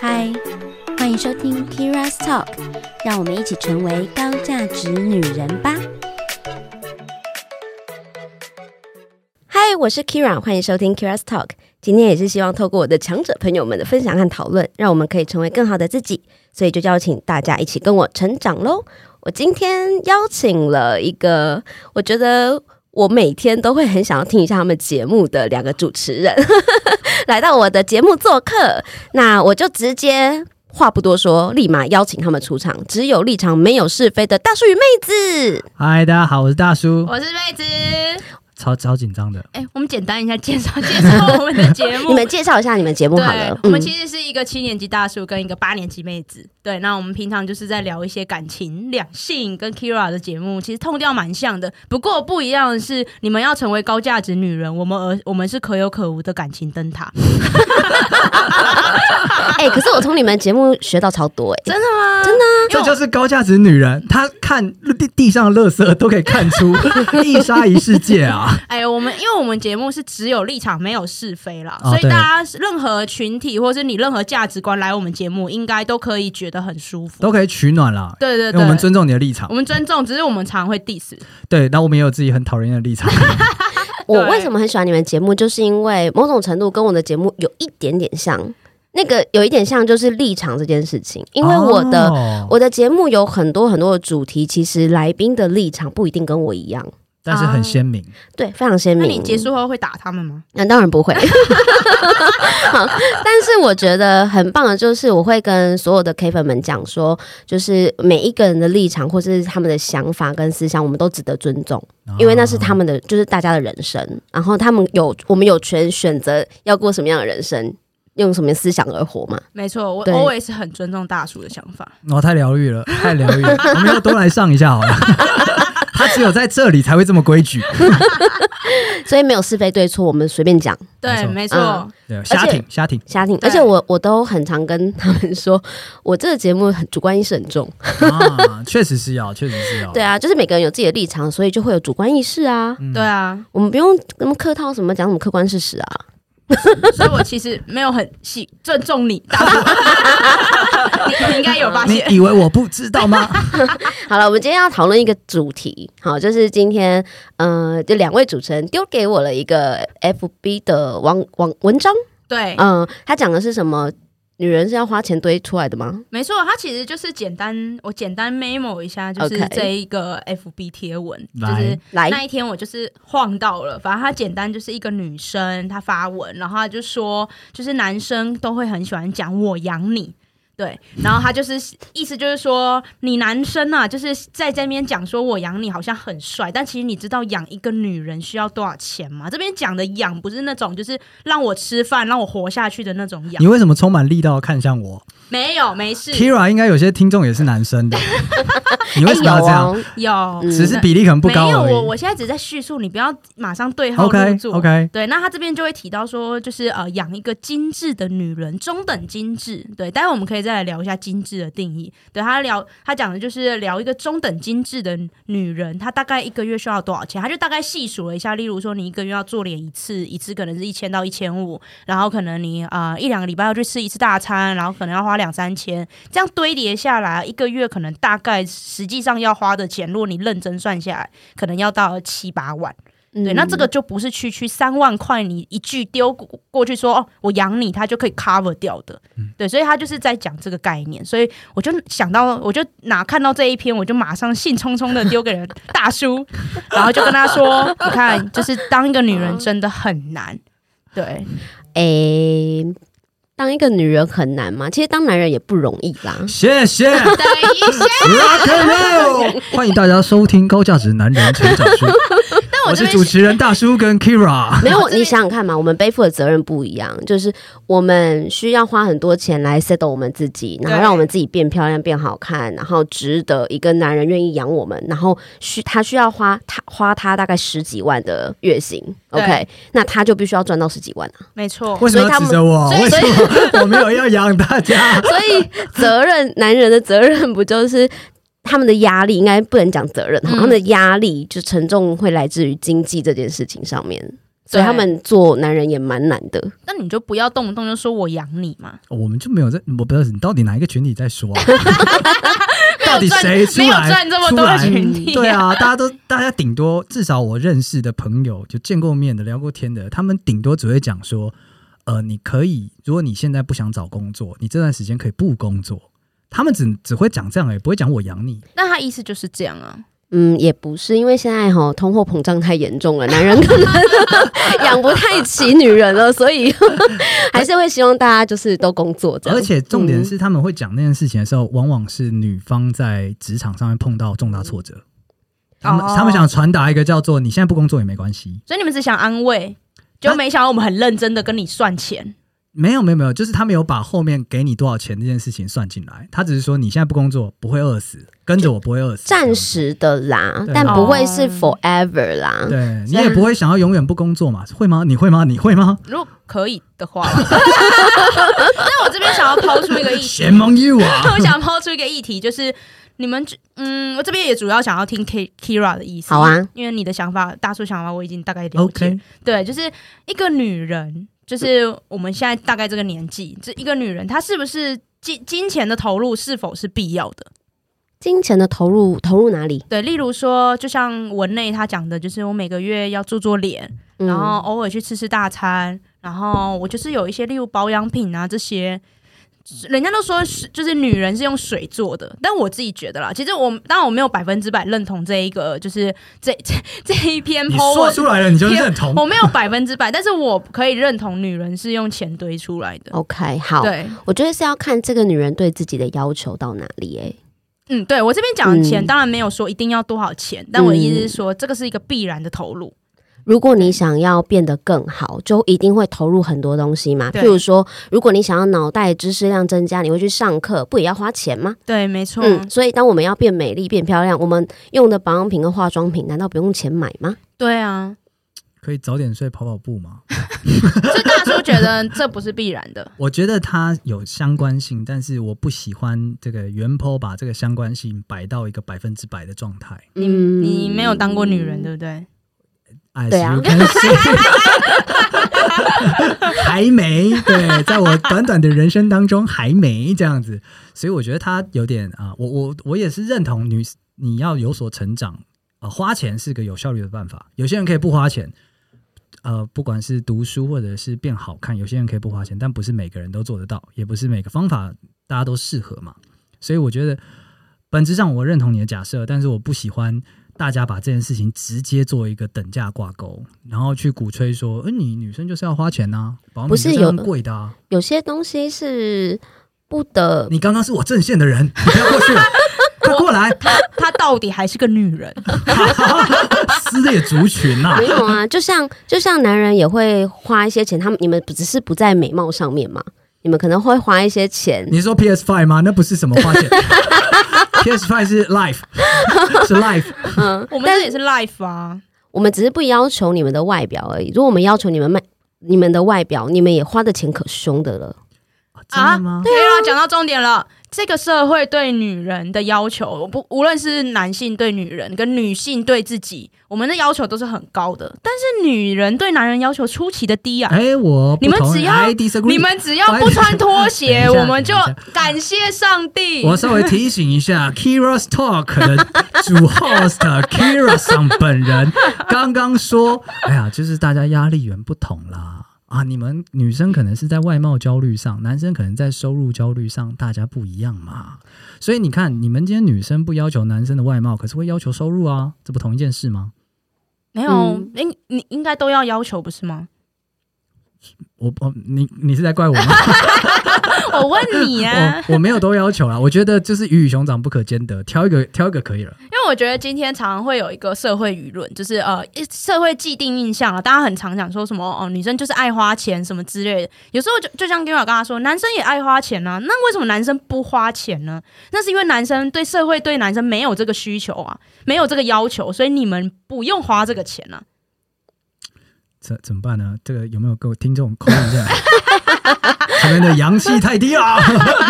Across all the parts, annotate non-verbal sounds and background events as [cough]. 嗨，欢迎收听 Kira's Talk，让我们一起成为高价值女人吧。嗨，我是 Kira，欢迎收听 Kira's Talk。今天也是希望透过我的强者朋友们的分享和讨论，让我们可以成为更好的自己，所以就邀请大家一起跟我成长喽。我今天邀请了一个，我觉得我每天都会很想要听一下他们节目的两个主持人 [laughs] 来到我的节目做客，那我就直接。话不多说，立马邀请他们出场。只有立场，没有是非的大叔与妹子。嗨，大家好，我是大叔，我是妹子。超超紧张的。哎、我们简单一下介绍介绍我们的节目。 [laughs] 你们介绍一下你们节目好哦对了。，我嗯们其实是一个七年级大叔跟一个八年级妹子。对，那我们平常就是在聊一些感情、两性跟 Kira 的节目，其实痛调蛮像的。不过不一样的是，你们要成为高价值女人，我们而我们是可有可无的感情灯塔。哎、可是我从你们节目学到超多哎、真的吗？真的、啊这就是高价值女人，她看地地上的垃圾都可以看 [laughs] 出一沙一世界啊！哎、我们因为我们节目是只有立场没有是非啦，哦所以对大家任何群体或是你任何价值观来我们节目，应该都可以觉得很舒服。都可以取暖啦。对对因对，为我们尊重你的立场我，们尊重，只是我们常会 diss。对，那我们也有自己很讨人厌的立场。我对为什么很喜欢你们节目，就是因为某种程度跟我的节目有一点点像，那个有一点像就是立场这件事情， [laughs] 因为我的、哦我的节目有很多很多的主题，其实来宾的立场不一定跟我一样，但是很鲜明，对，非常鲜那明。你结束后会打他们吗？那当然不会。 [laughs] 好，但是我觉得很棒的就是，我会跟所有的 K 粉们讲说，就是每一个人的立场或是他们的想法跟思想，我们都值得尊重，啊因为那是他们的，就是大家的人生。然后他们有，我们有权选择要过什么样的人生，用什么思想而活嘛。没错，我对 always 很尊重大叔的想法。哦，太疗愈了，太疗愈了，我们要多来上一下好 [laughs] 了。他只有在这里才会这么规矩，所以没有是非对错，我们随便讲对，没没错嗯，对，瞎挺瞎挺，瞎听。对而且我我都很常跟他们说，我这个节目很主观意识很重。啊，确实是要，确实是要。对，啊，就是每个人有自己的立场，所以就会有主观意识啊。对啊，我们不用那么客套，什么讲什么客观事实啊。所以我其实没有很喜尊重你，大叔，你你应该有啊发你现。以为我不知 [laughs] 道吗？好了，我们今天要讨论一个主题，好，就是今天，呃，就两位主持人丢给我了一个 FB 的网网文章，对，嗯、他讲的是什么？女人是要花钱堆出来的吗？没错，它其实就是简单，我简单 memo 一下，就是 OK 这一个 FB 贴文，就来是那来，一天我就是晃到了，反正她简单就是一个女生，她发文，然后她就说，就是男生都会很喜欢讲“我养你”。对，然后她就是意思就是说，你男生啊，就是在这边讲说我养你好像很帅，但其实你知道养一个女人需要多少钱吗？这边讲的养不是那种就是让我吃饭、让我活下去的那种养你，为什么充满力道地看向我没有，没事， ？Kira 应该有些听众也是男生的，你为哎什么有要这样？哦，有嗯只是比例可能不没高有而我，已。我现在只是在叙述，你不要马上对号 OK 入座。 OK，对，那他这边就会提到说，就是呃，养一个精致的女人，中等精致。对，待会我们可以再来聊一下精致的定义。对他聊，他讲的就是聊一个中等精致的女人，她大概一个月需要多少钱？他就大概细数了一下，例如说你一个月要做脸一次，一次可能是一千到一千五，然后可能你啊、呃一两个礼拜要去吃一次大餐，然后可能要花两三千，这样堆叠下来，一个月可能大概实际上要花的钱，如果你认真算下来，可能要到七八万。对，嗯那这个就不是区区三万块，你一句丢过过去说哦，我养你，他就可以 cover 掉的。嗯对，所以他就是在讲这个概念，所以我就想到，我就哪看到这一篇，我就马上兴冲冲的丢给人大叔， [laughs] 然后就跟他说，你看，就是当一个女人真的很难。对，诶、哎当一个女人很难吗？其实当男人也不容易 [laughs] 啦。谢谢 Rock 等一下， and roll，欢迎大家收听高价值男人成长术。但我我是这边主持人大叔跟 Kira。没有，这边你想想看嘛，我们背负的责任不一样，就是我们需要花很多钱来 settle 我们自己，然后对让我们自己变漂亮、变好看，然后值得一个男人愿意养我们，然后需他需要花他花他大概十几万的月薪对，OK，那他就必须要赚到十几万啊，没错，为什所么以他要们指着我？所以为什么 [laughs] 我没有要养大家？所以责任男人的责任不就是？他们的压力应该不能讲责任，嗯他们的压力就沉重会来自于经济这件事情上面，所以他们做男人也蛮难的。那你就不要动不动就说我养你嘛，我们就没有在，我不知道你到底哪一个群体在说啊、到底赚谁出没有来赚这么出多的来群体、对，啊，大家都大家顶多至少我认识的朋友就见过面的、聊过天的，他们顶多只会讲说，呃，你可以，如果你现在不想找工作，你这段时间可以不工作。他们只只会讲这样、也不会讲我养你。那他意思就是这样啊。嗯，也不是，因为现在哈通货膨胀太严重了，男人可能养不太起女人了，所以还是会希望大家就是都工作这样。而且重点嗯是，他们会讲那件事情的时候，往往是女方在职场上面碰到重大挫折。他们、哦他们想传达一个叫做“你现在不工作也没关系所以你们只想安慰，就没想到我们很认真的跟你算钱。”，没有没有没有，就是他没有把后面给你多少钱这件事情算进来，他只是说你现在不工作不会饿死，跟着我不会饿死，暂时的啦，对但不会是哦 forever 啦。这样子。对你也不会想要永远不工作嘛？会吗？你会吗？你会吗如果可以的话啦，那我这边想要抛出一个议 [laughs] 题， ？Shame on you [laughs] 啊！我想抛出一个议题，就是你们觉嗯，我这边也主要想要听 K Kira 的意思。好啊，因为你的想法，大叔想法我已经大概了解。 OK，对，就是一个女人，就是我们现在大概这个年纪，这一个女人她是不是金金钱的投入是否是必要的？金钱的投入投入哪里？对，例如说，就像文内他讲的，就是我每个月要做做脸，嗯然后偶尔去吃吃大餐，然后我就是有一些例如保养品啊这些。人家都说是，就是女人是用水做的，但我自己觉得啦，其实我当然我没有百分之百认同这一个，就是这这这一篇你 po 说文，出来了，你就认同。我没有百分之百，但是我可以认同女人是用钱堆出来的。 OK 哦好，对，我觉得是要看这个女人对自己的要求到哪里、欸。嗯，对我这边讲的钱，嗯当然没有说一定要多少钱，但我的意思是说，这个是一个必然的投入。如果你想要变得更好，就一定会投入很多东西嘛。对譬如说，如果你想要脑袋知识量增加，你会去上课，不也要花钱吗？对，啊没错。嗯，所以当我们要变美丽、变漂亮，我们用的保养品跟化妆品，难道不用钱买吗？对啊，可以早点睡，跑跑步吗？所以大叔觉得这不是必然的。我觉得它有相关性，但是我不喜欢这个原 po 把这个相关性摆到一个百分之百的状态。你嗯你没有当过女人，对不对？哎，对啊始开始， [laughs] 还没对，在我短短的人生当中还没这样子，所以我觉得他有点啊、我我我也是认同女你要有所成长啊、花钱是个有效率的办法，有些人可以不花钱。呃，不管是读书或者是变好看，有些人可以不花钱，但不是每个人都做得到，也不是每个方法大家都适合嘛。所以我觉得本质上我认同你的假设，但是我不喜欢大家把这件事情直接做一个等价挂钩，然后去鼓吹说，呃，你女生就是要花钱呐、保姆不是就是要有贵的啊。有些东西是不得。你刚刚是我阵线的人，你不要过去，快过来，她到底还是个女人。撕裂族群呐、没有 [laughs] 啊，就像就像男人也会花一些钱，他们你们只是不在美貌上面嘛，你们可能会花一些钱，你说 PS Five 吗？那不是什么花钱，PS Five 是 life，是 life。嗯， [laughs] 我们但这也是 life 啊，我们只是不要求你们的外表而已。如果我们要求你们卖你们的外表，你们也花的钱可凶的了。哦真的吗？对啊，讲到重点了。这个社会对女人的要求，不无论是男性对女人跟女性对自己，我们的要求都是很高的。但是女人对男人要求出奇的低啊！哎、我不你们同只意要 I disagree 你们只要不穿拖鞋，等一下我们就等一感谢上帝。我稍微提醒一 [laughs] 下，Kira's Talk 的主 host Kira 上本人刚刚说，哎呀，就是大家压力源不同啦。啊，你们女生可能是在外貌焦虑上，男生可能在收入焦虑上，大家不一样嘛。所以你看，你们今天女生不要求男生的外貌，可是会要求收入啊，这不同一件事吗？没有，嗯应你应该都要要求不是吗？我我你你是在怪我 [laughs] 吗？ [laughs] 我问你啊，我我没有都要求啦，我觉得就是鱼与熊掌不可兼得，挑一个挑一个可以了。因为我觉得今天常常会有一个社会舆论，就是呃一社会既定印象了，啊大家很常讲说什么哦、女生就是爱花钱什么之类的。有时候就就像 g i 刚刚说，男生也爱花钱啊，那为什么男生不花钱呢？那是因为男生对社会对男生没有这个需求啊，没有这个要求，所以你们不用花这个钱啊。怎怎么办呢？这个有没有各位听众扣一下？ [laughs] 前面的阳气太低了。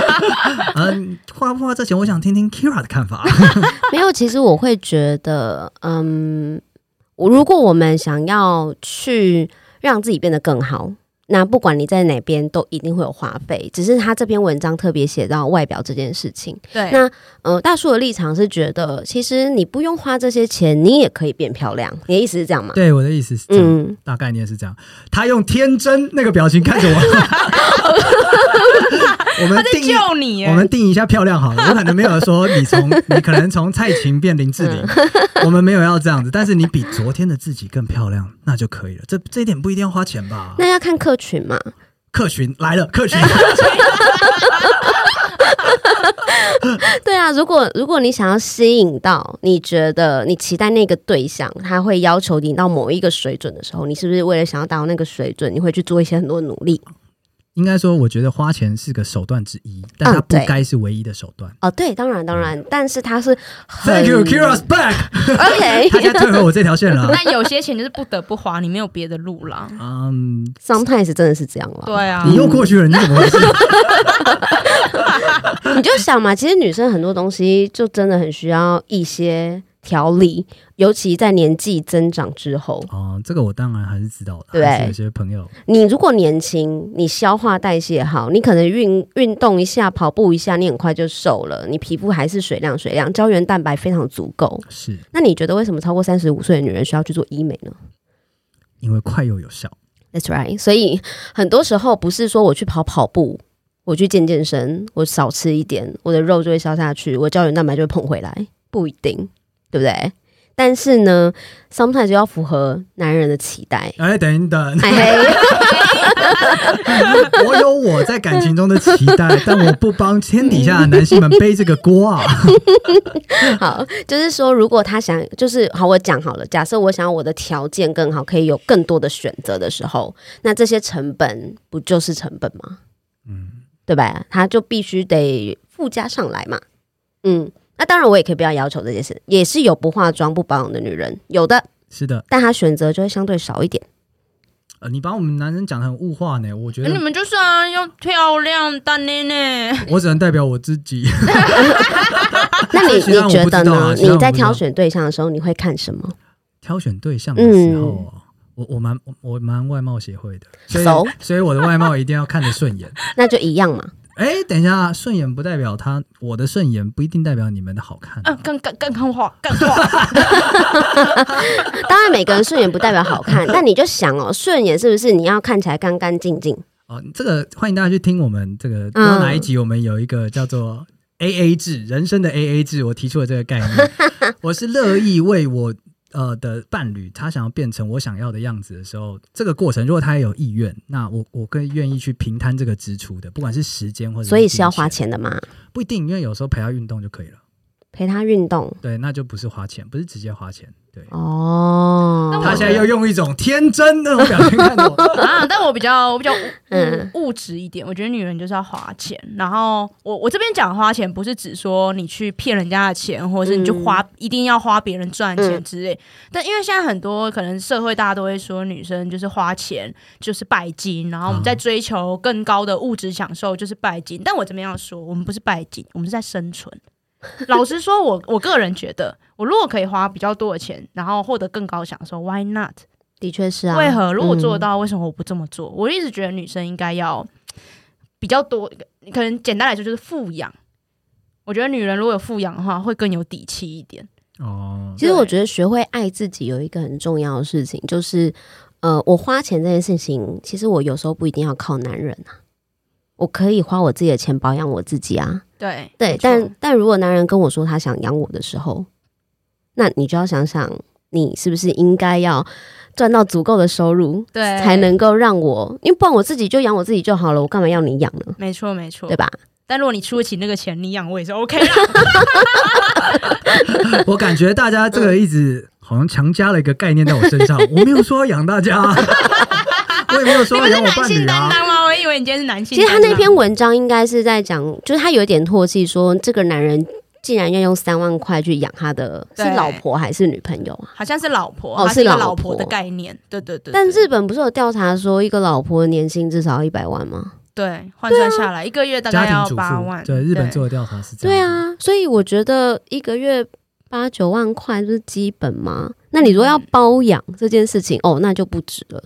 [laughs] 嗯，花不花这钱，我想听听 Kira 的看 [laughs] 法。没有，其实我会觉得，嗯，我如果我们想要去让自己变得更好。那不管你在哪边，都一定会有花费。只是他这篇文章特别写到外表这件事情。对，那呃，大叔的立场是觉得，其实你不用花这些钱，你也可以变漂亮。你的意思是这样吗？对，我的意思是这样，嗯，大概念是这样。他用天真那个表情看着我， [laughs] 我他们在定义救你耶， [laughs] 我们定一下漂亮好了，我可能没有说你从你可能从蔡琴变林 [laughs] 志玲，我们没有要这样子，但是你比昨天的自己更漂亮，那就可以了。这这一点不一定要花钱吧？那要看客群嘛。客群来了，客群对啊，如果如果你想要吸引到你觉得你期待那个对象，他会要求你到某一个水准的时候，你是不是为了想要达到那个水准，你会去做一些很多努力？应该说，我觉得花钱是个手段之一，但它嗯不对该是唯一的手段。哦，对，当然当然，但是他是很 Thank you, Kira's back， [laughs] OK 他现在退回我这条线了。啊那有些钱就是不得不花，你没有别的路 [laughs] 啦。嗯， [laughs] Sometimes 真的是这样了，对啊，你又过去了，你怎么 [laughs] 回事？你就想嘛，其实女生很多东西就真的很需要一些调理，尤其在年纪增长之后，哦，这个我当然还是知道的，对还是有些朋友你如果年轻，你消化代谢好，你可能运运动一下、跑步一下，你很快就瘦了，你皮肤还是水亮水亮，胶原蛋白非常足够。是那你觉得为什么超过三十五岁的女人需要去做医美呢因为快又有效。。？That's right。所以很多时候不是说我去跑跑步，我去健健身，我少吃一点，我的肉就会消下去，我胶原蛋白就会捧回来，不一定，对不对？但是呢，sometimes 就要符合男人的期待哎，等一等，哎嘿，我有我在感情中的期待，但我不帮天底下的男性们背这个锅啊！ [laughs] [laughs] 好，就是说，如果他想，就是好，我讲好了。假设我想要我的条件更好，可以有更多的选择的时候，那这些成本不就是成本吗？嗯，对吧？他就必须得附加上来嘛。嗯，那当然，我也可以不要要求这件事，也是有不化妆、不保养的女人，有的，是的，但她选择就会相对少 [laughs] 一点。呃，你把我们男人讲的很物化呢，我觉哎你得们就是啊，要漂亮大内内，我只能代表我自己。那你其他你我觉不知得道啊呢？其他我你不在知挑道选对象的时候，你会看什么？挑选对象的时候哦，嗯我我蛮我我蛮外貌协会的，所以 So？所以我的外貌一定要看得顺眼。 [laughs] 那就一样嘛。哎，等一下，顺眼不代表他，我的顺眼不一定代表你们的好看。啊嗯，干干干干话，干话，当然，每个人顺眼不代表好看，但你就想哦，顺眼是不是你要看起来干干净净？哦，这个欢迎大家去听我们这嗯个不知道哪一集，我们有一个叫做 A A 制人生的 A A 制，我提出了这个概 [laughs] 念，我是乐意为我。呃的伴侣，他想要变成我想要的样子的时候，这个过程如果他也有意愿，那我我更愿意去平摊这个支出的，不管是时间或者所以是要花金，钱的嘛，不一定，因为有时候陪他运动就可以了。陪他运动对，那就不是花钱，不是直接花钱。对，哦。那我他现在又用一种天真的那种表情看着我， [laughs] 啊，但我比较我比较物嗯物质一点，我觉得女人就是要花钱。然后我我这边讲花钱，不是指说你去骗人家的钱，或者是你就花、一定要花别人赚的钱之类。但因为现在很多可能社会大家都会说女生就是花钱就是拜金，然后我们在追求更高的物质享受就是拜金。但我这边要说，我们不是拜金，我们是在生存。老实说我，我个人觉得，我如果可以花比较多的钱，然后获得更高的享受，Why not？的确是啊，为何如果做得嗯、到，为什么我不这么做？我一直觉得女生应该要比较多，可能简单来说就是富养。我觉得女人如果有富养的话，会更有底气一点。哦，其实我觉得学会爱自己有一个很重要的事情，就是呃，我花钱这件事情，其实我有时候不一定要靠男人啊，我可以花我自己的钱保养我自己啊。对对，但但如果男人跟我说他想养我的时候，那你就要想想，你是不是应该要赚到足够的收入，对才能够让我，因为不然我自己就养我自己就好了，我干嘛要你养呢？没错没错对。吧？但如果你出得起那个钱，你养我也是 OK 啦。我感觉大家这个一直好像强加了一个概念在我身 [laughs] 上，我没有说要养大家啊，我也没有说你不要养是我男伴性侣担啊。当吗？我以为你今天是男其性担实当。他那篇文章应该是在讲，就是他有一点唾弃说，这个男人竟然要用三万块去养他的是对老婆还是女朋友啊？好像是老婆，哦它是一个是老老婆婆的概念。对对对。但对日本不是有调查说，一个老婆年薪至少要一百万吗？对换算下来，一个月大家概要庭主八万。妇对日本做的调查是这对样，啊，所以我觉得一个月八九万块不是基本吗？那你如果要包养这件事情，哦，那就不止了。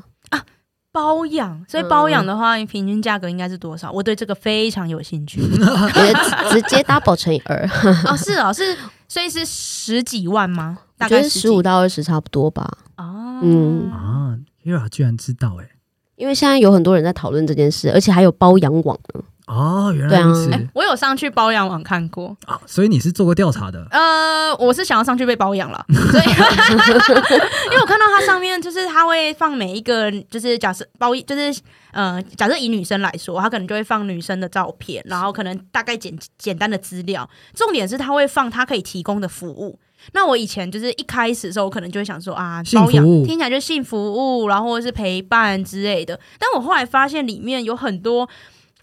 包养，嗯所以包养的话，平均价格应该是多少？我对这个非常有兴趣。我直直接 double 乘以二， [laughs] 哦，是哦，是，所以是十几万吗？我大觉概得十五的到二十差不多吧。哦，嗯啊，Hera 居然知道哎、因为现在有很多人在讨论这件事，而且还有包养网呢。哦，原对来啊如此哎，我有上去包养网看过，啊所以你是做过调查的呃，我是想要上去被包养了，所以因为我看到它上面就是它会放每一个，就是假设包就是呃，假设以女生来说，它可能就会放女生的照片，然后可能大概简简单的资料，重点是它会放它可以提供的服务。那我以前就是一开始的时候，我可能就会想说啊，性包养服务听起来就是性服务，然后或者是陪伴之类的。但我后来发现里面有很多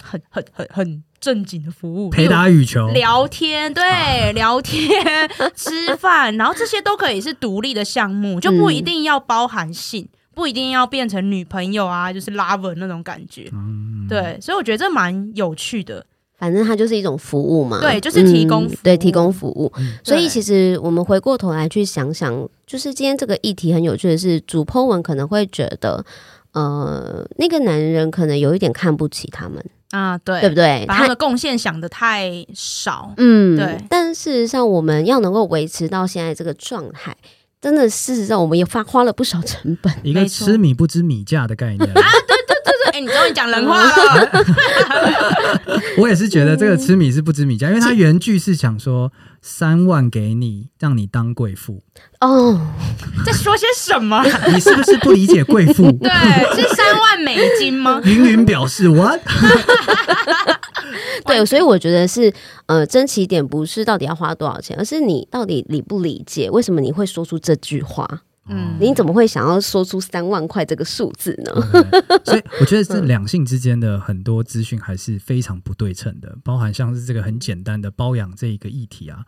很很很很正经的服务，陪打羽球？聊啊天，对，聊天、吃饭，然后这些都可以是独立的项目，就不一定要包含性，不一定要变成女朋友啊，就是 lover 那种感觉。嗯，对，所以我觉得这蛮有趣的。反正它就是一种服务嘛，嗯对就是提供服务对提供服务。嗯所以对其实我们回过头来去想想，就是今天这个议题很有趣的是，主 po 文可能会觉得，呃，那个男人可能有一点看不起他们，啊，对，对不对？把他们的贡献想的太 [laughs] 少。嗯，对但事实上，我们要能够维持到现在这个状态，真的事实上我们也花花了不少成 [laughs] 本。一个没错吃米不知米价的概 [laughs] 念。就是，哎，你终于讲人话 [laughs] 了。我也是觉得这个吃米是不知米价，因为他原句是想说三万给你，让你当贵 [laughs] 妇，哦，在说些什 [laughs] 么？你是不是不理解贵妇？ [laughs] 对，啊是三万美金吗？云云表示 what？对，所以我觉得是呃，争起点不是到底要花多少钱，而是你到底理不理解为什么你会说出这句话？嗯，你怎么会想要说出三万块这个数字嗯呢？哦对所以我觉得是两性之间的很多资讯还是非常不对称的，包含像是这个很简单的包养这一个议题啊，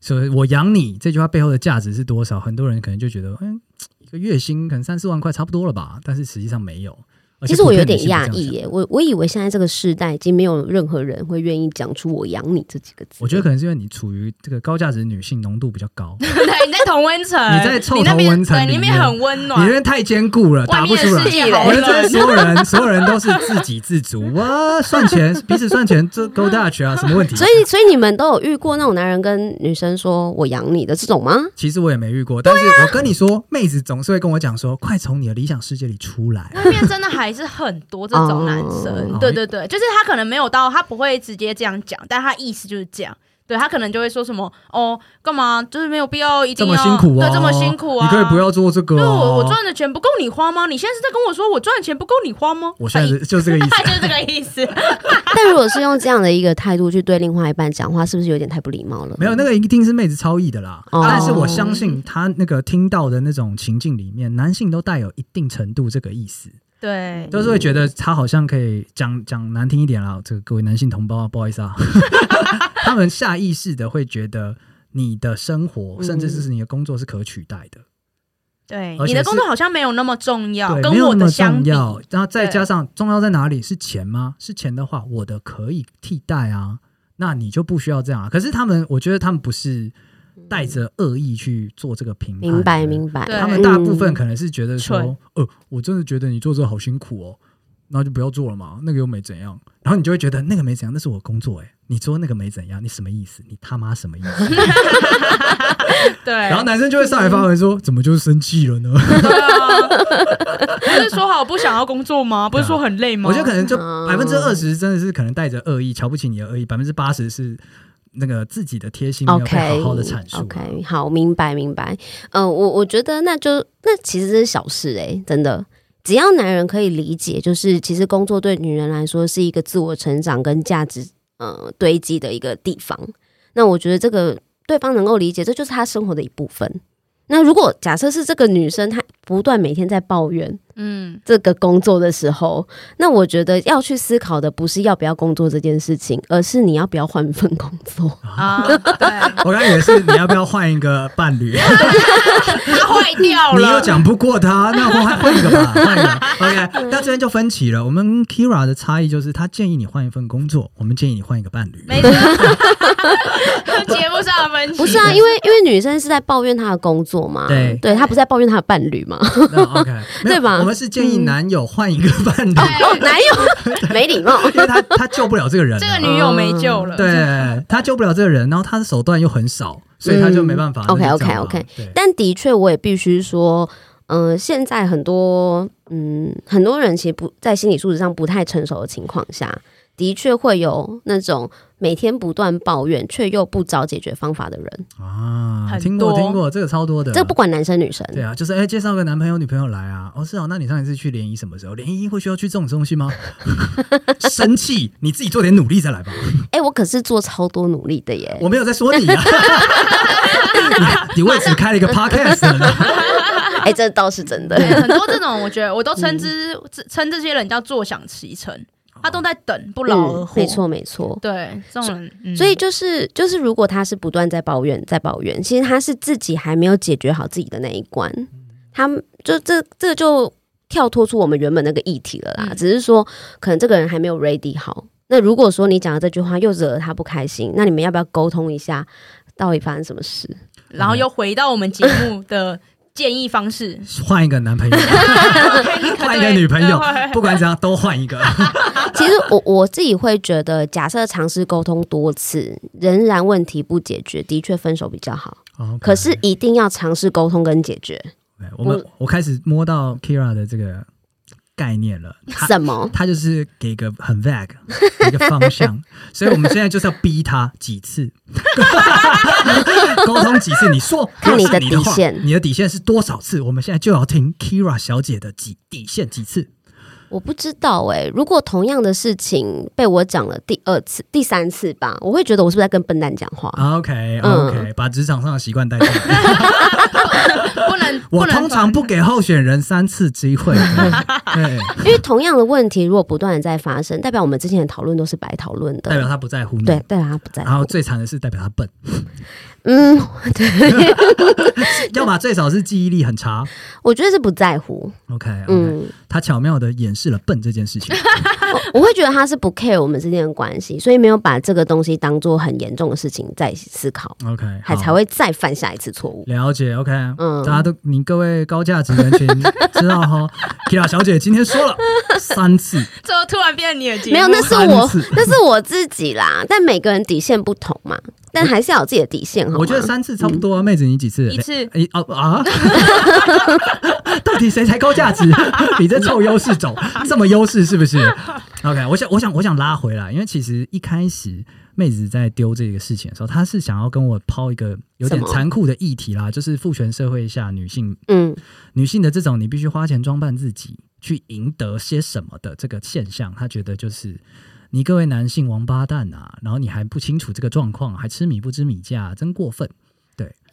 所以我养你这句话背后的价值是多少？很多人可能就觉得，嗯，一个月薪可能三四万块差不多了吧，但是实际上没有。而且其实我普有遍女点性不这样讶异想耶，我我以为现在这个时代已经没有任何人会愿意讲出“我养你”这几个字。我觉得可能是因为你处于这个高价值女性浓度比较 [laughs] 高， [laughs] 对，你在同温层，你在臭你那边同温层对，你里那面边很温你暖这。边太坚固了，外打不面出来世。界好我冷觉得所有 [laughs] 人，所有人都是自给自足哇！算钱，彼此算钱，这 go Dutch 啊，什么问题？所以，所以你们都有遇过那种男人跟女生说“我养你”的这 [laughs] 种吗？其实我也没遇过，但是啊我跟你说，妹子总是会跟我讲说，快从你的理想世界里出来。外面真的还是很多这种男生 [laughs] 哦，对对对，就是他可能没有到，他不会直接这样讲，但他意思就是这样。对他可能就会说什么哦，干嘛就是没有必要一这定么要辛苦哦，对这么辛苦啊，你可以不要做这个对我我哦。赚的钱不够你花吗？你现在是在跟我说我赚的钱不够你花吗？我现在是就是这个 [laughs] 意思。他就是这个意思，但如果是用这样的一个态度去对另外一半讲话，是不是有点太不礼貌了？没有，那个一定是妹子超意的啦。哦但是我相信她那个听到的那种情境里面，男性都带有一定程度这个意思。对，都是会觉得他好像可以讲讲难听一点啦，这个各位男性同胞啊，不好意 [laughs] 思啊，他们下意识的会觉得你的生活，嗯甚至是你的工作是可取代的，对而且是你的工作好像没有那么重要，对，跟没有我那的么相重比，要。然后再对加上重要在哪里？是钱吗？是钱的话，我的可以替代啊，那你就不需要这样啊。可是他们，我觉得他们不是带着恶意去做这个评判，明白，明白。对他们大部分嗯可能是觉得说蠢，呃，我真的觉得你做这好辛苦哦，那就不要做了嘛，那个又没怎样。然后你就会觉得那个没怎样，那是我工作哎、你做那个没怎样，你什么意思？你他妈什么意思？对，然 [laughs] 后男生就会上来发文说，怎么就生气了呢？对啊，不是说好不想要工作吗？不是说很累吗？我觉得可能就嗯百分之二十真的是可能带着恶意，瞧不起你的恶意，百分之八十是那个自己的贴心没有被 OK，好好的阐述啊。 OK，好，明白明白。嗯、我我觉得那就那其实是小事哎、真的。只要男人可以理解，就是其实工作对女人来说是一个自我成长跟价值呃堆积的一个地方。那我觉得这个对方能够理解，这就是他生活的一部分。那如果假设是这个女生，她不断每天在抱怨嗯，这个工作的时候，那我觉得要去思考的不是要不要工作这件事情，而是你要不要换一份工作。啊，对，我刚以为是你要不要换一个伴侣， [laughs] 他坏掉你又了。讲不过他，那换换一个吧，换一个。OK，那这边就分歧了。我们 Kira 的差异就是，他建议你换一份工作，我们建议你换一个伴侣。没错， [laughs] 节目上的分 [laughs] 歧不是啊，因为因为女生是在抱怨她的工作嘛，对 [laughs] 她不是在抱怨她的伴侣嘛，那 OK，没有对吧我们么是建议男友换一个伴侣？嗯哎哦，男友 [laughs] 没礼貌，因为 [laughs] 他他救不了这个人啊、这个女友没救了。，对他救不了这个人，然后他的手段又很少，所以他就没办法。嗯那就 OK，OK，这样吧 OK 对但的确，我也必须说，嗯、现在很多，嗯，很多人其实不在心理素质上不太成熟的情况下，的确会有那种每天不断抱怨却又不找解决方法的人。啊，很听过多听过，这个超啊多的。这不管男生女生，对啊，就是哎、介绍个男朋友女朋友来啊。哦，是哦，那你上一次去联谊什么时候？联谊会需要去这种东西吗？ [laughs] 生气，你自己做点努力再来吧。哎、我可是做超多努力的耶。我没有在说你啊，你你为此开了 [laughs] 一个 podcast 了。哎、这倒是真的。嗯对，啊很多这种，我觉得我都称之这称这些人叫坐享其成，哦他都在等不劳而嗯，获。没，错没错。对这种人，嗯所以就是就是，如果他是不断在抱怨，在抱怨，其实他是自己还没有解决好自己的那一关，嗯他就这这就跳脱出我们原本那个议题了啦。嗯只是说，可能这个人还没有 ready 好。那如果说你讲的这句话又惹了他不开心，那你们要不要沟通一下，到底发生什么事？然后又回到我们节目的建议方式，换一个男朋 [laughs] 友，换一个女 [laughs] 朋友，不管怎样都换一 [laughs] 个。其实我我自己会觉得，假设尝试沟通多次，仍然问题不解决，的确分手比较好。哦 OK 可嗯是一定要尝试沟通跟解决。对我们我开始摸到 Kira 的这个概念了，他什么？他就是给个很 vague 一个方 [laughs] 向，所以我们现在就是要逼他几 [laughs] 次，沟通几次，你说看你要是的你底话线你的底线是多少次？我们现在就要听 Kira 小姐的几底线几次，我不知道哎、如果同样的事情被我讲了第二次、第三次吧，我会觉得我是不是在跟笨蛋讲话？ OK 嗯 OK，、把职场上的习惯带进来。不能，我不能通常不给候选人三次 [laughs] 机会，对，因为同样的问题如果不断的在发生，代表我们之前的讨论都是白讨论代表嗯啊的。他不在乎你。对，代表他不在然后乎。最惨的是代表他 [laughs] 笨，嗯，要么最少是记忆力很差。我觉得是不在乎。 OK OK，、嗯，他巧妙的掩饰了笨这件事情。我会觉得他是不 care 我们之间的关系，所以没有把这个东西当做很严重的事情在思考， [laughs] OK，还好才会再犯下一次错误。了解，OK，嗯大家都你各位高价值人群知道哈，Kira [laughs] 小姐今天说了三 [laughs] 次，最后突然变成你的节目，没有，那是三我次，那是我自己啦。但每个人底线不同嘛，但还是要有自己的底线好吗？我觉得三次差不多啊。妹子你几次？一次哎哦啊， [laughs] 到底谁才高 [laughs] 价值？你这臭优势种，这么优势是不是？OK，我想我想我想拉回来，因为其实一开始妹子在丢这个事情的时候，她是想要跟我抛一个有什点么残酷的议题啦，就是父权社会下女性嗯，女性的这种你必须花钱装扮自己去赢得些什么的这个现象，她觉得就是你各位男性王八蛋啊，然后你还不清楚这个状况，还吃米不知米价，真过分。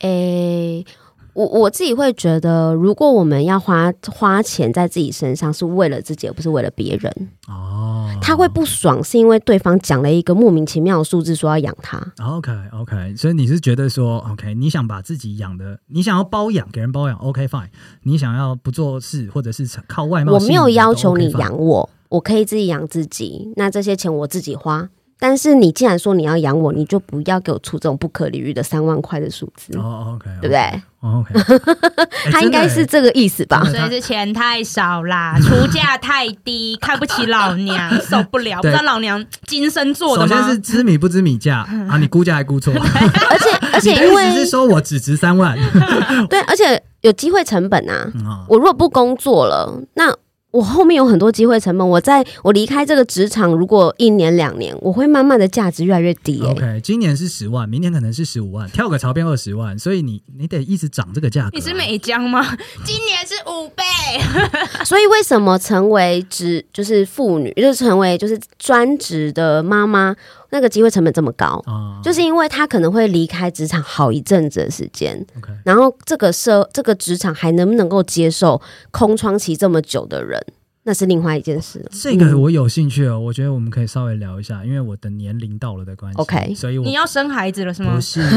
诶、我我自己会觉得，如果我们要花花钱在自己身上，是为了自己，而不是为了别人。哦他会不爽，是因为对方讲了一个莫名其妙的数字，说要养他。 OK OK，所以你是觉得说 OK，你想把自己养的，你想要包养给人包养，OK fine，你想要不做事或者是靠外貌我吸引没有人要都求 OK 你 fine 养我，我可以自己养自己。那这些钱我自己花。但是你既然说你要养我，你就不要给我出这种不可理喻的三万块的数字，哦 OK，对不对？ ？OK，哎 [laughs] 他应该是真的这个意思嗯吧？所以是钱太 [laughs] 少啦，出价太低，看不起老娘，受不了，不对知道老娘今生做的首先吗是？知米不知米 [laughs] 价啊，你估价还估错。而且而且 [laughs] 你的因意思为是说我只值 [laughs] 三万对，而且有机会成本啊。嗯哦我如果不工作了，那我后面有很多机会成本。我在我离开这个职场，如果一年两年，我会慢慢的价值越来越低、欸。 ？OK，今年是十万，明年可能是十五万，跳个槽变二十万，所以你你得一直涨这个价格啊。你是美江吗？今年是五倍，所以为什么成为职就是妇女，就是成为就是专职的妈妈，那个机会成本这么高？啊，就是因为她可能会离开职场好一阵子的时间， OK 然后这个社这个职场还能不能够接受空窗期这么久的人，那是另外一件事了。嗯这个我有兴趣哦，我觉得我们可以稍微聊一下，因为我的年龄到了的关系 OK 所以我你要生孩子了是吗嗯不？是，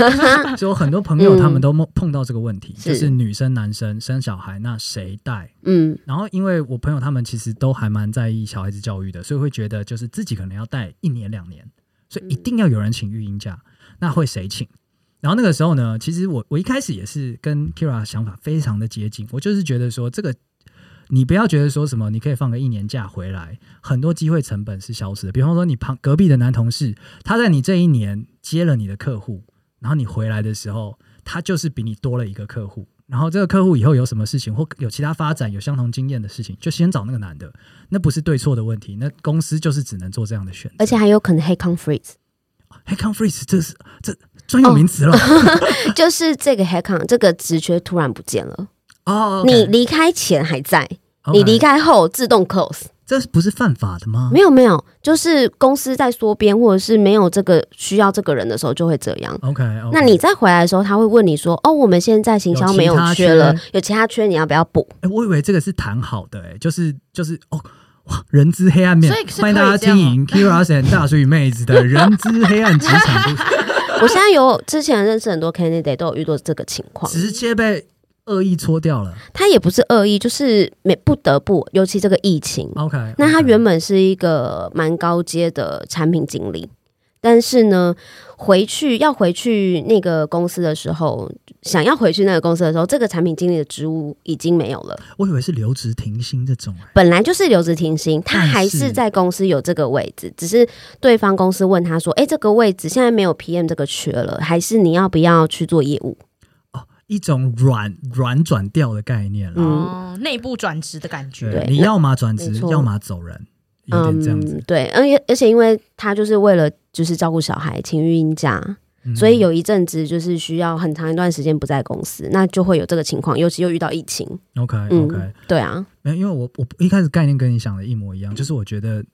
[laughs] 所以我很多朋友嗯他们都碰碰到这个问题，是就是女生男生生小孩，那谁带？嗯然后因为我朋友他们其实都还蛮在意小孩子教育的，所以会觉得就是自己可能要带一年两年，所以一定要有人请育婴假，那会谁请？然后那个时候呢，其实我我一开始也是跟 Kira 想法非常的接近，我就是觉得说这个你不要觉得说什么你可以放个一年假回来，很多机会成本是消失的。比方说，你旁隔壁的男同事，他在你这一年接了你的客户，然后你回来的时候，他就是比你多了一个客户。然后这个客户以后有什么事情或有其他发展、有相同经验的事情，就先找那个男的，那不是对错的问题，那公司就是只能做这样的选择。而且还有可能 Hacon Freeze， h e c o n freeze 这是这专哦有名词 [laughs] 了就是这个 Hacon 这个职缺突然不见了哦你离开前还在 OK 你离开后自动 close。这不是犯法的吗？没有没有，就是公司在缩编或者是没有这个需要这个人的时候就会这样。 OK，, 那你再回来的时候，他会问你说：“哦，我们现在行销没有其他缺了缺，有其他缺，你要不要 [laughs] 补哎、我以为这个是谈好的、哎，就是就是哦，哇，人之黑暗面所以，是欢迎大家可以这样哦经营 Kira and 大叔与妹子的人之黑暗职场故事，？”我现在有之前认识很多 candidate 都有遇到这个情况，直接被恶意搓掉了。他也不是恶意，就是没不得不，尤其这个疫情。 OK，那他原本是一个蛮高阶的产品经理，但是呢，回去要回去那个公司的时候，想要回去那个公司的时候，这个产品经理的职务已经没有了。我以为是留职停薪这种、哎本来就是留职停薪，他但还是是在公司有这个位置，只是对方公司问他说：“哎、这个位置现在没有 PM 这个缺了，还是你要不要去做业务哦，一种软软转调的概念了。嗯哦，内部转职的感觉。对你那要么转职没，错要么走人，？”有点这样子。嗯，对，而且而且因为他就是为了就是照顾小孩，请育婴假，嗯所以有。有一阵子就是需要很长一段时间不在公司，那就会有这个情况，尤其又遇到疫情。 OK 嗯 OK，、对啊，没有，因为我我一开始概念跟你想的一模嗯一样，就是我觉得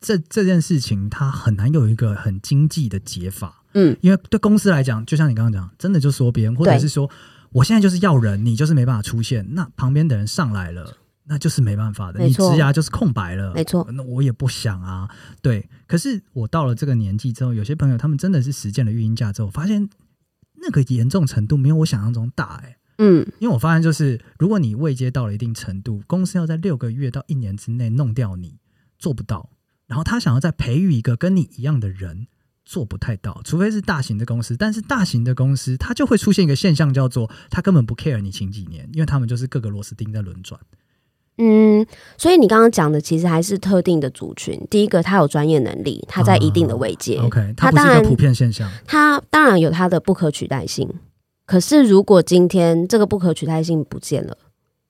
这这件事情它很难有一个很经济的解法，嗯，因为对公司来讲，就像你刚刚讲，真的就缩编，或者对是说我现在就是要人，你就是没办法出现，那旁边的人上来了。那就是没办法的，没你职错涯就是空白了，没错。那我也不想啊，对。可是我到了这个年纪之后，有些朋友他们真的是实践了育婴假之后，发现那个严重程度没有我想象中大、欸，嗯，因为我发现，就是如果你未接到了一定程度，公司要在六个月到一年之内弄掉你，做不到。然后他想要再培育一个跟你一样的人，做不太到，除非是大型的公司。但是大型的公司，它就会出现一个现象，叫做他根本不 care 你请几年，因为他们就是各个螺丝钉在轮转。嗯，所以你刚刚讲的其实还是特定的族群。第一个，他有专业能力，他在一定的位阶、啊 OK，他它不是当一然个普遍现象。它当然有它的不可取代性，可是如果今天这个不可取代性不见了，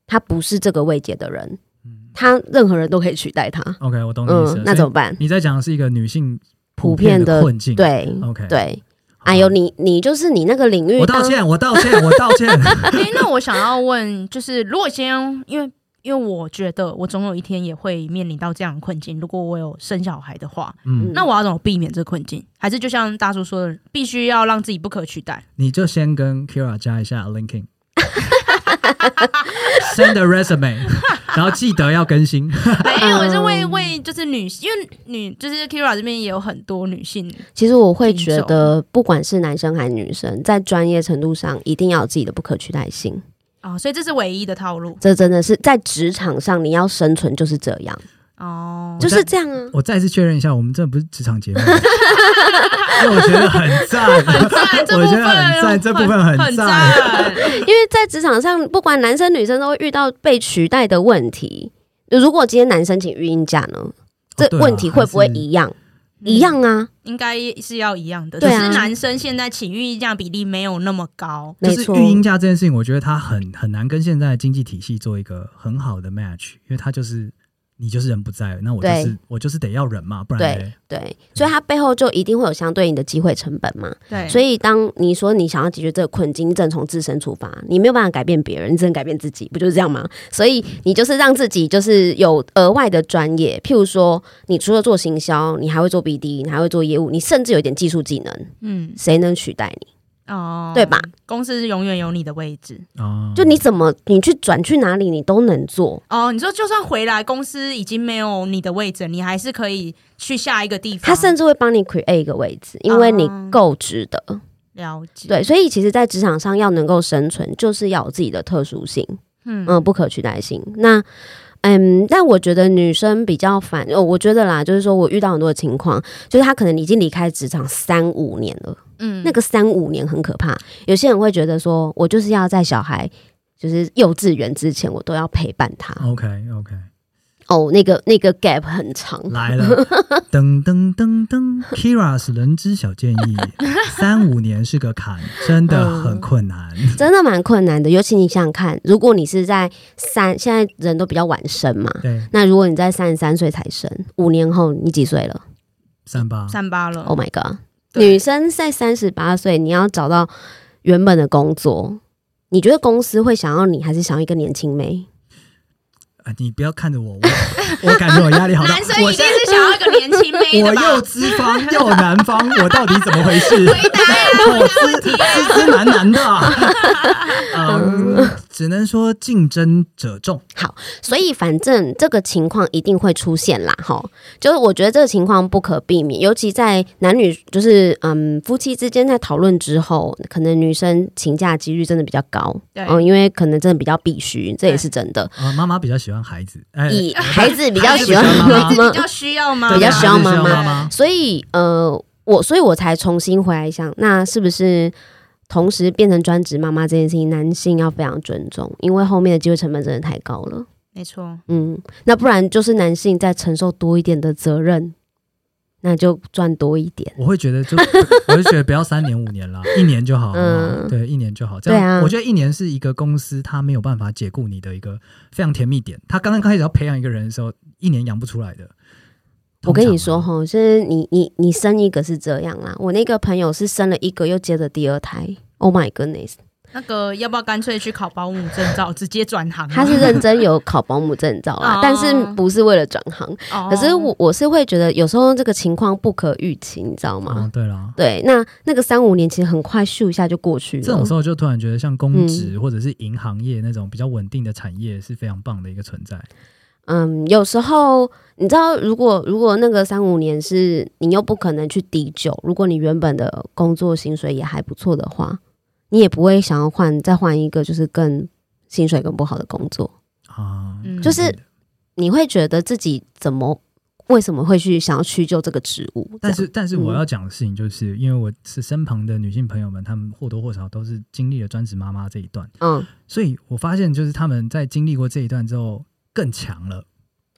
他不是这个位阶的人，他任何人都可以取代他， OK，我懂你意思嗯，了。那怎么所办以？你在讲的是一个女性普遍遍的困境。对，OK，，对，哎呦，你你就是你那个领域，我道，歉，我道歉，我道歉。 [laughs] 哎、那我想要问，就是如果今天，因为因为我觉得我总有一天也会面临到这样的困境，如果我有生小孩的话，嗯，那我要怎么避免这个困境？还是就像大叔说的，必须要让自己不可取代？你就先跟 Kira 加一下 linking。Send a resume，然后记得要更新。 [laughs] 没有，我是嗯为为就是女，因为女就是 Kira 这边也有很多女性，其实我会觉得，不管是男生还是女生，在专业程度上一定要有自己的不可取代性，哦，所以这是唯一的套路这真的是在职场上你要生存就是这样，哦。就是这样啊。我再次确认一下，我们这不是职场节目，因为我觉得很赞，这哦 [laughs] 我觉得很赞，这部分很赞。赞，因为在职场上，不管男生女生都会遇到被取代的问题。如果今天男生请育婴假呢，这哦对啊问题会不会还是嗯一样？一样啊，嗯应该是要一样的，只对啊是男生现在请育假比例没有那么高。没就是错。育婴假这件事情，我觉得它很很难跟现在的经济体系做一个很好的 match，因为它就是你就是人不在了，那我就对是我就是得要人嘛，不然嘞对，所以它背后就一定会有相对应的机会成本嘛。对，所以当你说你想要解决这个困境，你只能从自身出发，你没有办法改变别人，你只能改变自己，不就是这样吗？所以你就是让自己就是有额外的专业，譬如说，你除了做行销，你还会做 BD，你还会做业务，你甚至有一点技术技能，嗯，谁能取代你？哦，对吧？公司是永远有你的位置。哦，就你怎么你去转去哪里，你都能做。哦，你说就算回来，公司已经没有你的位置，你还是可以去下一个地方。他甚至会帮你 create 一个位置，因为你哦够值得。了解，对，所以其实，在职场上要能够生存，就是要有自己的特殊性，嗯嗯、不可取代性。那嗯，但我觉得女生比较烦，呃我觉得啦，就是说我遇到很多的情况，就是她可能已经离开职场三五年了，嗯那个三五年很可怕。有些人会觉得说，我就是要在小孩就是幼稚园之前，我都要陪伴他。 OK OK，哦，那个那个 gap 很长，来了，噔噔噔噔，Kira's 人之小建议，三五年是个坎，真的很困难。真的蛮困难的。尤其你想想看，如果你是在三，现在人都比较晚生嘛，对，那如果你在三十三岁才生，五年后你几岁了三八，三八了， ？Oh my god！对女生在三十八岁，你要找到原本的工作，你觉得公司会想要你，还是想要一个年轻妹？啊你不要看着我，我我感觉我压力好大男生。我一定现是想要一个年轻妹我的又吧？资方又南方，我到底怎么回事？我资资资蛮难的啊。嗯，只能说竞争者众。所以反正这个情况一定会出现啦，哈，就是我觉得这个情况不可避免，尤其在男女就是嗯夫妻之间在讨论之后，可能女生请假几率真的比较高，对嗯，因为可能真的比较必须，这也是真的。呃，妈妈比较喜欢孩子，哎，以孩子比较孩子喜欢比较妈 [laughs] 妈比妈，较需要吗？比较需要妈妈妈妈。所以呃，我所以我才重新回来想，那是不是同时变成专职妈妈这件事情，男性要非常尊重，因为后面的机会成本真的太高了。没错，嗯，那不然就是男性再承受多一点的责任，那就赚多一点。我会觉得就， [laughs] 我就觉得不要三年五年 [laughs] 啦，一年就好，嗯好不好对，一年就好。这对啊样，我觉得一年是一个公司它没有办法解雇你的一个非常甜蜜点。他刚刚开始要培养一个人的时候，一年养不出来的。我跟你通常说啊，哈，就是你你你生一个是这样啦，我那个朋友是生了一个又接着第二胎，Oh my goodness，那个要不要干脆去考保姆证照，直接转行啊？他是认真有考保姆证照啦 [laughs] 哦，但是不是为了转行，哦，可是我我是会觉得有时候这个情况不可预期，你知道吗嗯，？对啦。对，那那个三五年其实很快咻一下就过去了。这种时候就突然觉得，像公职或者是银行业那种比较稳定的产业是非常棒的一个存在。嗯，有时候你知道，如果如果那个三五年是你又不可能去抵久，如果你原本的工作薪水也还不错的话，你也不会想要换再换一个就是更薪水更不好的工作，啊，嗯就是你会觉得自己怎么为什么会去想要屈就这个职务？但这嗯是，样但是我要讲的事情就是，因为我是身旁的女性朋友们，她们或多或少都是经历了专职妈妈这一段，嗯所以我发现就是她们在经历过这一段之后更强了，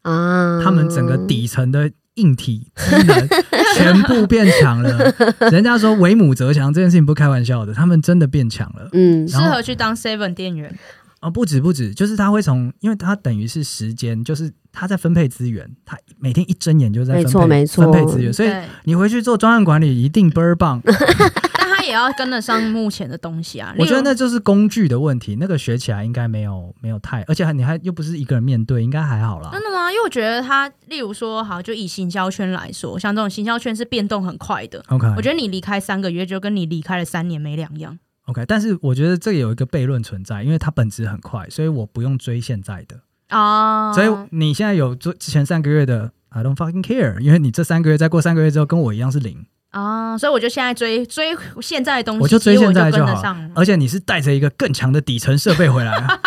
啊，她们整个底层的硬体机能全部变 [laughs] 强了。人家说为母则强这件事情不是开玩笑的，她们真的变强了。嗯适然后合去当 seven 店员，啊，不止不止，就是他会从，因为他等于是时间，就是他在分配资源，他每天一睁眼就在没分配错没错哎分配资源，所以对，你回去做专案管理一定倍 [laughs] 儿棒。但他也要跟得上目前的东西啊。我觉得例那就是工具的问题，那个学起来应该没有没有太，而且还你还又不是一个人面对，应该还好啦嗯如真。的吗？因为我觉得他，例如说，好，就以行销圈来说，像这种行销圈是变动很快的。 OK，我觉得你离开三个月，就跟你离开了三年没两样。 OK，但是我觉得这个有一个悖论存在，因为它本质很快，所以我不用追现在的。哦，所以你现在有做前三个月的，I don't fucking care，因为你这三个月再过三个月之后跟我一样是零。啊、所以我就现在追追现在的东西，我就追其实现在就就跟得好上了。而且你是带着一个更强的底层设备回来 [laughs] 啊，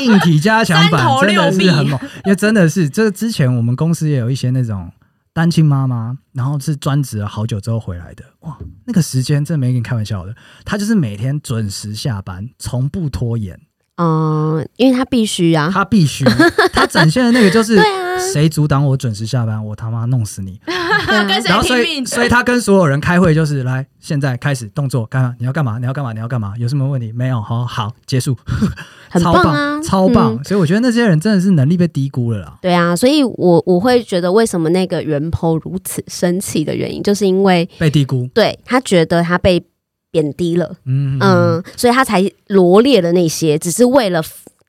硬体加强版三头真六的臂是很猛，因为真的是这之前我们公司也有一些那种单亲妈妈，然后是专职了好久之后回来的，哇，那个时间真没跟你开玩笑的，她就是每天准时下班，从不拖延，嗯，因为他必须啊，她必 [laughs] 须，她展现的那个就是对。啊，谁阻挡我准时下班，我他妈弄 [laughs] 死你！对啊 [laughs] 跟谁 [laughs] 然后所拼以命？所以他跟所有人开会就是来，现在开始动作，干嘛？你要干嘛？你要干嘛？你要干嘛？有什么问题？没有，好好结束。很超棒啊，超嗯棒！所以我觉得那些人真的是能力被低估了啦。对啊，所以我我会觉得为什么那个袁剖如此生气的原因，就是因为被低估。对他觉得他被贬低了，嗯嗯，所以他才罗列了那些，只是为了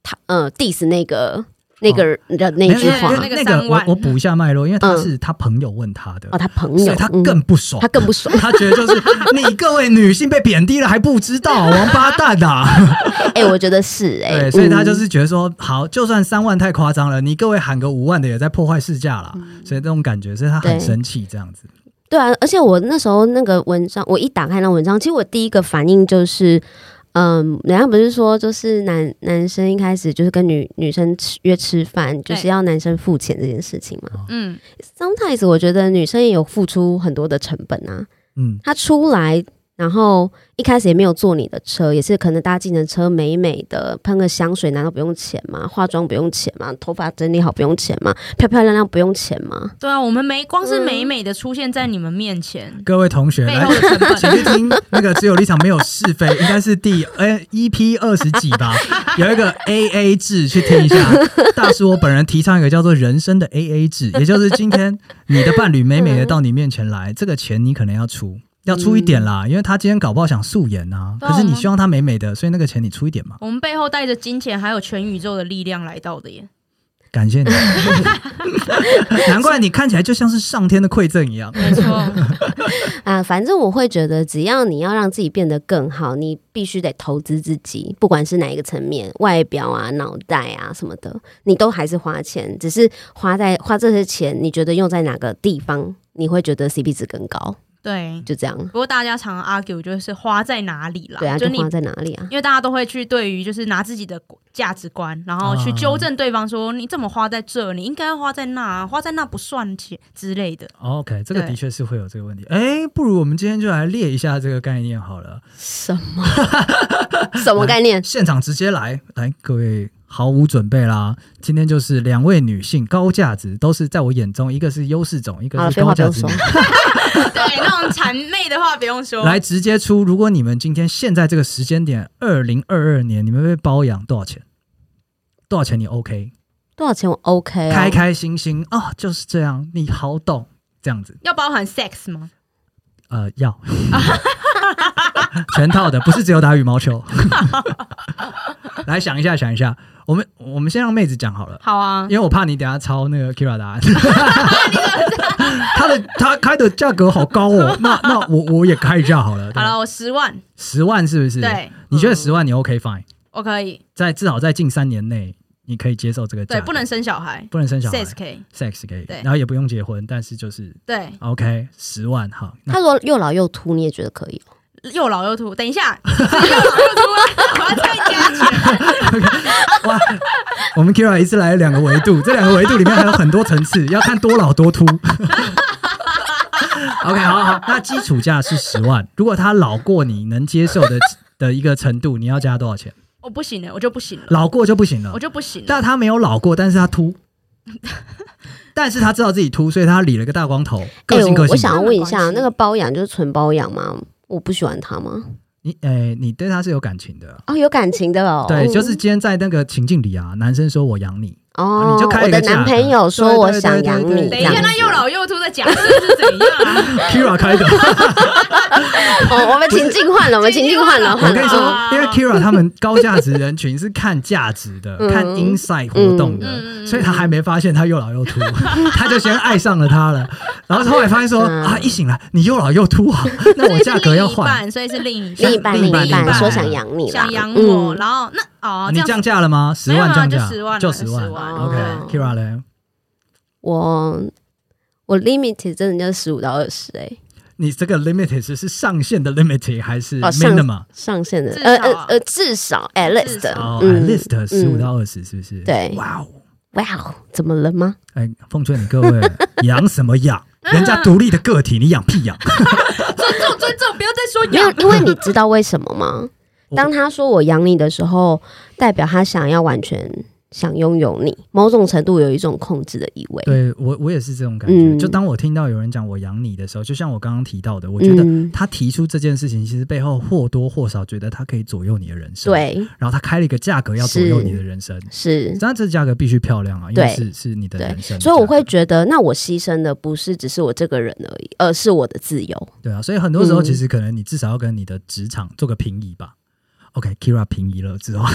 他呃 diss 那个那个哦人的那没有句因为话嗯因为那个哎那三个万我我补一下脉络，因为他是他朋友问他的哦，，他朋所友，以他嗯更不爽。他。更不爽他觉 [laughs] 得就是你各位女性被贬低了还不知道，王八蛋啊！哎、我觉得是哎、对，所以他就嗯是觉得说，好，就算三万太夸张了，你各位喊个五万的也在破坏市价啦。嗯所以这种感觉，所以他很对生气这样子。对啊，而且我那时候那个文章，我一打开那文章，其实我第一个反应就是，嗯，人家不是说就是男男生一开始就是跟女女生吃约吃饭，就是要男生付钱这件事情嘛。嗯， Sometimes 我觉得女生也有付出很多的成本啊，嗯，她出来然后一开始也没有坐你的车，也是可能搭计程车，美美的喷个香水，难道不用钱吗？化妆不用钱吗？头发整理好不用钱吗？漂漂亮亮不用钱吗？对啊，我们没光是美嗯美的出现在你们面前，各位同学背来后。的 [laughs] 成请本。去听那个只有立场没有是非，应该是第 [laughs] 哎 EP 二十几 [laughs] 吧，有一个 AA 制，去听一下。大叔，我本人提倡一个叫做人生的 AA 制，也就是今天你的伴侣美 [laughs] 嗯美的到你面前来，这个钱你可能要出，要出一点啦，因为他今天搞不好想素颜啊，嗯对啊可是我你们希望他美美的，所以那个钱你出一点嘛。我们背后带着金钱还有全宇宙的力量来到的耶，感 [laughs] 谢你，难怪你看起来就像是上天的馈赠一样。没错，啊，反正我会觉得，只要你要让自己变得更好，你必须得投资自己，不管是哪一个层面，外表啊、脑袋啊什么的，你都还是花钱，只是花在花这些钱，你觉得用在哪个地方，你会觉得 CP 值更高， [laughs] 对。就这样。不过大家常 argue 就是花在哪里啦，对啊，就就你花在哪里啊？因为大家都会去对于就是拿自己的价值观，然后去纠正对方说、你怎么花在这，你应该花在那啊，花在那不算钱之类 [laughs] 的。 OK，这个对的确是会有这个问题。哎，不如我们今天就来列一下这个概念好了。什么什么概念？现场直接来，来各位毫无准备啦！今天就是两位女性高价值，都是在我眼中，一个是优势种，一好个了，是废高话不价用值说女。。对，那种谄媚的话不用说。来直接出，如果你们今天现在这个时间点，二零二二年，你们被包养多少钱？多少钱你 OK？、多少钱我 OK 啊开？开心心啊、就是这样，你好懂这样子，要包含 sex 吗？呃，要 [laughs] 全套的，不是只有打羽毛 [laughs] 球。来想一下，想一下，我们我们先让妹子讲好了。好啊，因为我怕你等下抄那个 Kira [laughs] 答案。他的他开的价格好高 [laughs] 哦，那那我我也开一下好了。好了，我十万，十万是不是？，对你觉得十万你 OK fine，我可以，在至少在近三年内你可以接受这个价对，格，不能生小孩不能生小孩，sex 可以， ，sex 可以，对然后也不用结婚，但是就是对， OK 十万好，那他如果又老又秃，你也觉得可以哦？又老又秃。等一下， [laughs] 又老又秃啊，我要再加钱。哇，我们 Kira 一次来了两个维 [laughs] 度，这两个维度里面还有很多层次，要看多老多秃。OK，好好，那基础价是十万，如果他老过你能接受 [laughs] 的的一个程度，你要加多少钱？我不行了，我就不行了，老过就不行了我，就不行了。但他没有老过，但是 [laughs] 他秃，但是他知道自己秃，所以他理了个大光头，个性我个性哎的。我想要问一没下，关系那个包养就是纯包养吗？我不喜欢他吗？你，哎、你对他是有感情的。哦，有感情的哦。对，就嗯是今天在那个情境里啊，男生说我 [laughs] 养你，哦，你就开了我一个的价男朋友说我想养你，对对对对对这等一样下，子那又老又秃的假设是怎样啊？ ，Kira 开的。哦，我们情境换了，我们情境换了，哦我换跟你了。说啊，因为 Kira 他们高价值人群是看价值的，嗯看 inside 活动的，嗯嗯嗯所以他还没发现他又老又 [laughs] 秃，他就先爱上了他了。然后后来发现说、嗯啊，一醒来你又老又秃 [laughs] 啊，那我价格要换，所以是另一半，所另以一是半，另一另半一半另一半说想养你啦，想养我，嗯然后那哦，你这 [laughs] 样降价了吗？十没有万啊降价就10万就了十万10万哦 OK，Kira 嘞，我我 limit 真的就是十五到二十，哎，你这个 limit 是是上限的 limit 还是哦上 minimum？上限的至，少呃啊呃呃，至少 at 至 least，少哦、嗯 l i s t 十五嗯到二十是不是？对哇哦。哇哦，怎么了吗？哎，奉劝你各位，养什么 [laughs] 养？人家独立的个体，你养屁养！尊重尊重，不要再说没有养，，因为你知道为什么吗？我当他 [laughs] 说我养你的时候，代表他想要完全想拥有你，某种程度有一种控制的意味。对我，我也是这种感觉。嗯就当我听到有人讲我养你的时候，就像我刚刚提到的，我觉得嗯，他提出这件事情，其实背后或多或少觉得他可以左右你的人生。，对，然后他开了一个价格要左右你的人生，是。但这价格必须漂亮啊，因为对是是你的对人生。所以我会觉得，那我牺牲的不是只是我这个人而已，而是我的自由。对啊，所以很多时候嗯其实可能你至少要跟你的职场做个平移吧。OK，Kira 平移了之后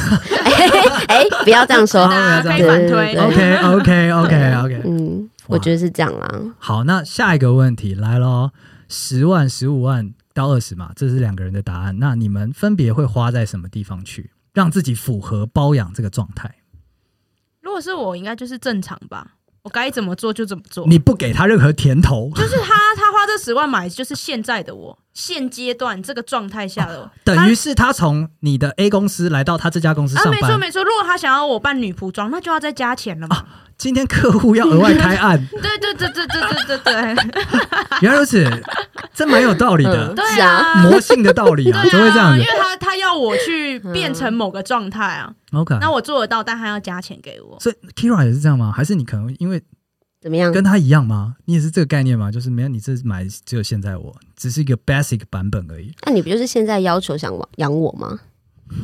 哎、不要这样说。大家可以对反对推对。 ，OK OK OK [laughs] 对 OK，嗯，我觉得是这样啦。好，那下一个问题来喽，十万、十五万到二十嘛，这是两个人的答案。那你们分别会花在什么地方去，让自己符合包养这个状态？如果是我，应该就是正常吧，我该怎么做就怎么做。你不给他任何甜头，就是他，他花这十万买，就是现在的我，现阶段这个状态下的我， [laughs] 等于是他从你的 A 公司来到他这家公司啊，上没错班。没错。如果他想要我扮女仆装，那就要再加钱了啊嘛。今 [laughs] 天客户要额外开案，对对对对对对对对，原来如此。这蛮有道理的， [laughs] 对是啊啊，魔性的道理 [laughs] 啊，都会这样因子为。他他要我去变成某个状态啊， OK，那我做得到，但他要加钱给我。所以 Kira 也是这样吗？还是你可能因为怎么样？跟他一样吗？你也是这个概念吗？就是没有，你这买只有现在我，只是一个 basic 版本而已。那、你不就是现在要求想我养我吗？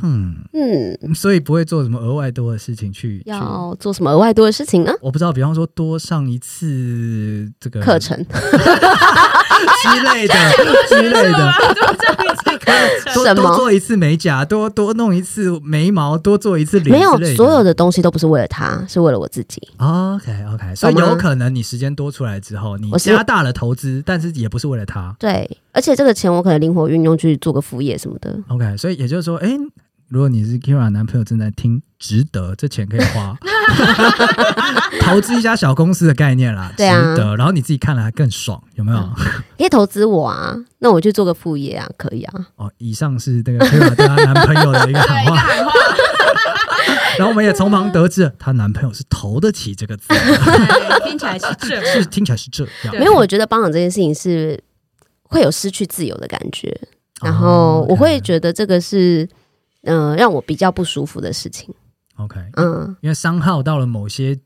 嗯，嗯，所以不会做什么额外多的事情去去。要做什么额外多的事情呢？我不知道，比方说多上一次这个课程之 [laughs] 类的之类的，多什么多做一次美甲，多多弄一次眉毛，多做一次脸没有之类，的，所有的东西都不是为了他，是为了我自己。 OK OK，所以懂吗有可能你时间多出来之后，你我是加大了投资，但是也不是为了他。对，而且这个钱我可能灵活运用去做个副业什么的。 OK，所以也就是说，哎、如果你是 Kira 男朋友正在听，值得，这钱可以花， [laughs] 投资一家小公司的概念啦，值对啊嗯得。然后你自己看了还更爽，有没有？你可以投资我啊，那我去做个副业啊，可以啊。哦，以上是那个 Kira 对她男朋友的一个喊 [laughs] 话，然后我们也匆忙得知，她男朋友是投得起这个字，对，听起来是这样。是听起来是这样对。没有，我觉得帮养这件事情是会有失去自由的感觉，哦然后我会 OK 觉得这个是嗯、呃让我比较不舒服的事情。 OK，嗯，因为伤害到了某些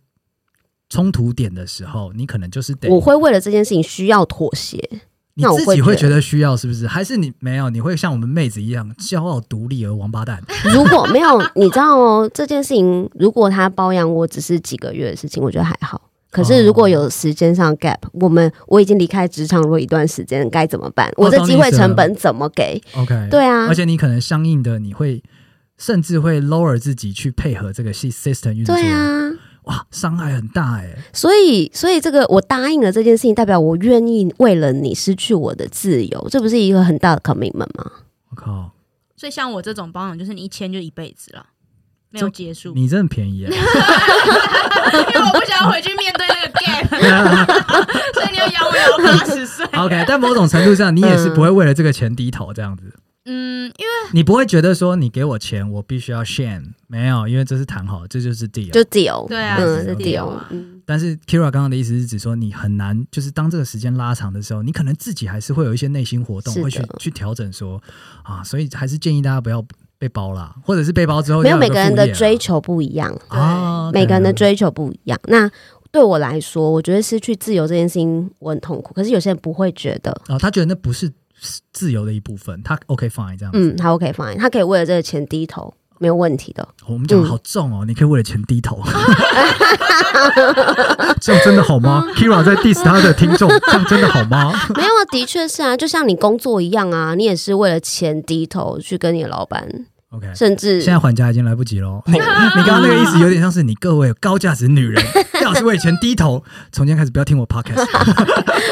冲突点的时候，你可能就是得我会为了这件事情需要妥协。你那我自会己觉会得觉得需要，是不是？还是你没有？你会像我们妹子一样骄傲独立而王 [laughs] 八蛋？如果没有，你知道哦，这件事情如果他包养我只是几个月的事情，我觉得还好。可是如果有时间上 gap，我们我已经离开职场如果一段时间，该怎么办？我我哦懂这机你会成本怎么给？ OK，、对啊而，且你可能相应的你会甚至会 lower 自己去配合这个系 system 运作，对啊，哇，伤害很大哎、所以所以这个我答应了这件事情，代表我愿意为了你失去我的自由，这不是一个很大的 commitment 吗？我靠，所以像我这种包养，就是你一签就一辈子了，没有结嗯束，你真的 [laughs] 便宜、欸， [laughs] 因为我不想回去面对那个 game，所以你要养我养到八十岁。 OK，但某种程度上，你也是不会为了这个钱低头这样子，嗯，因为你不会觉得说你给我钱，我必须要 shame，没有，因为这是谈好，这就是 deal，就 deal，对啊嗯，是是 deal deal，啊嗯但是 Kira 刚刚的意思是指说，你很难，就是当这个时间拉长的时候，你可能自己还是会有一些内心活动，是的会去去调整说啊，所以还是建议大家不要被包啦，或者是被包之后没要哦有每有个人的副业啦追求不一样，啊，每个人的对啊追求不一样。那对我来说，我觉得失去自由这件事情我很痛苦，可是有些人不会觉得，啊，他觉得那不是自由的一部分，他 OK fine 这样子。嗯，他 OK fine，他可以为了这个钱低头，没有问题的。我们讲嗯得好重哦，你可以为了钱低头， [laughs] 这样真的好吗？Kira 在 diss 他的听众，这样真的好吗？没有啊，的确是啊，就像你工作一样啊，你也是为了钱低头去跟你的老板， OK，甚至现在还价已经来不及 [laughs] 喽。你你刚刚那个意思有点像是你各位高价值女人， [laughs] 要是为钱低头，从今天开始不要听我 [laughs] podcast。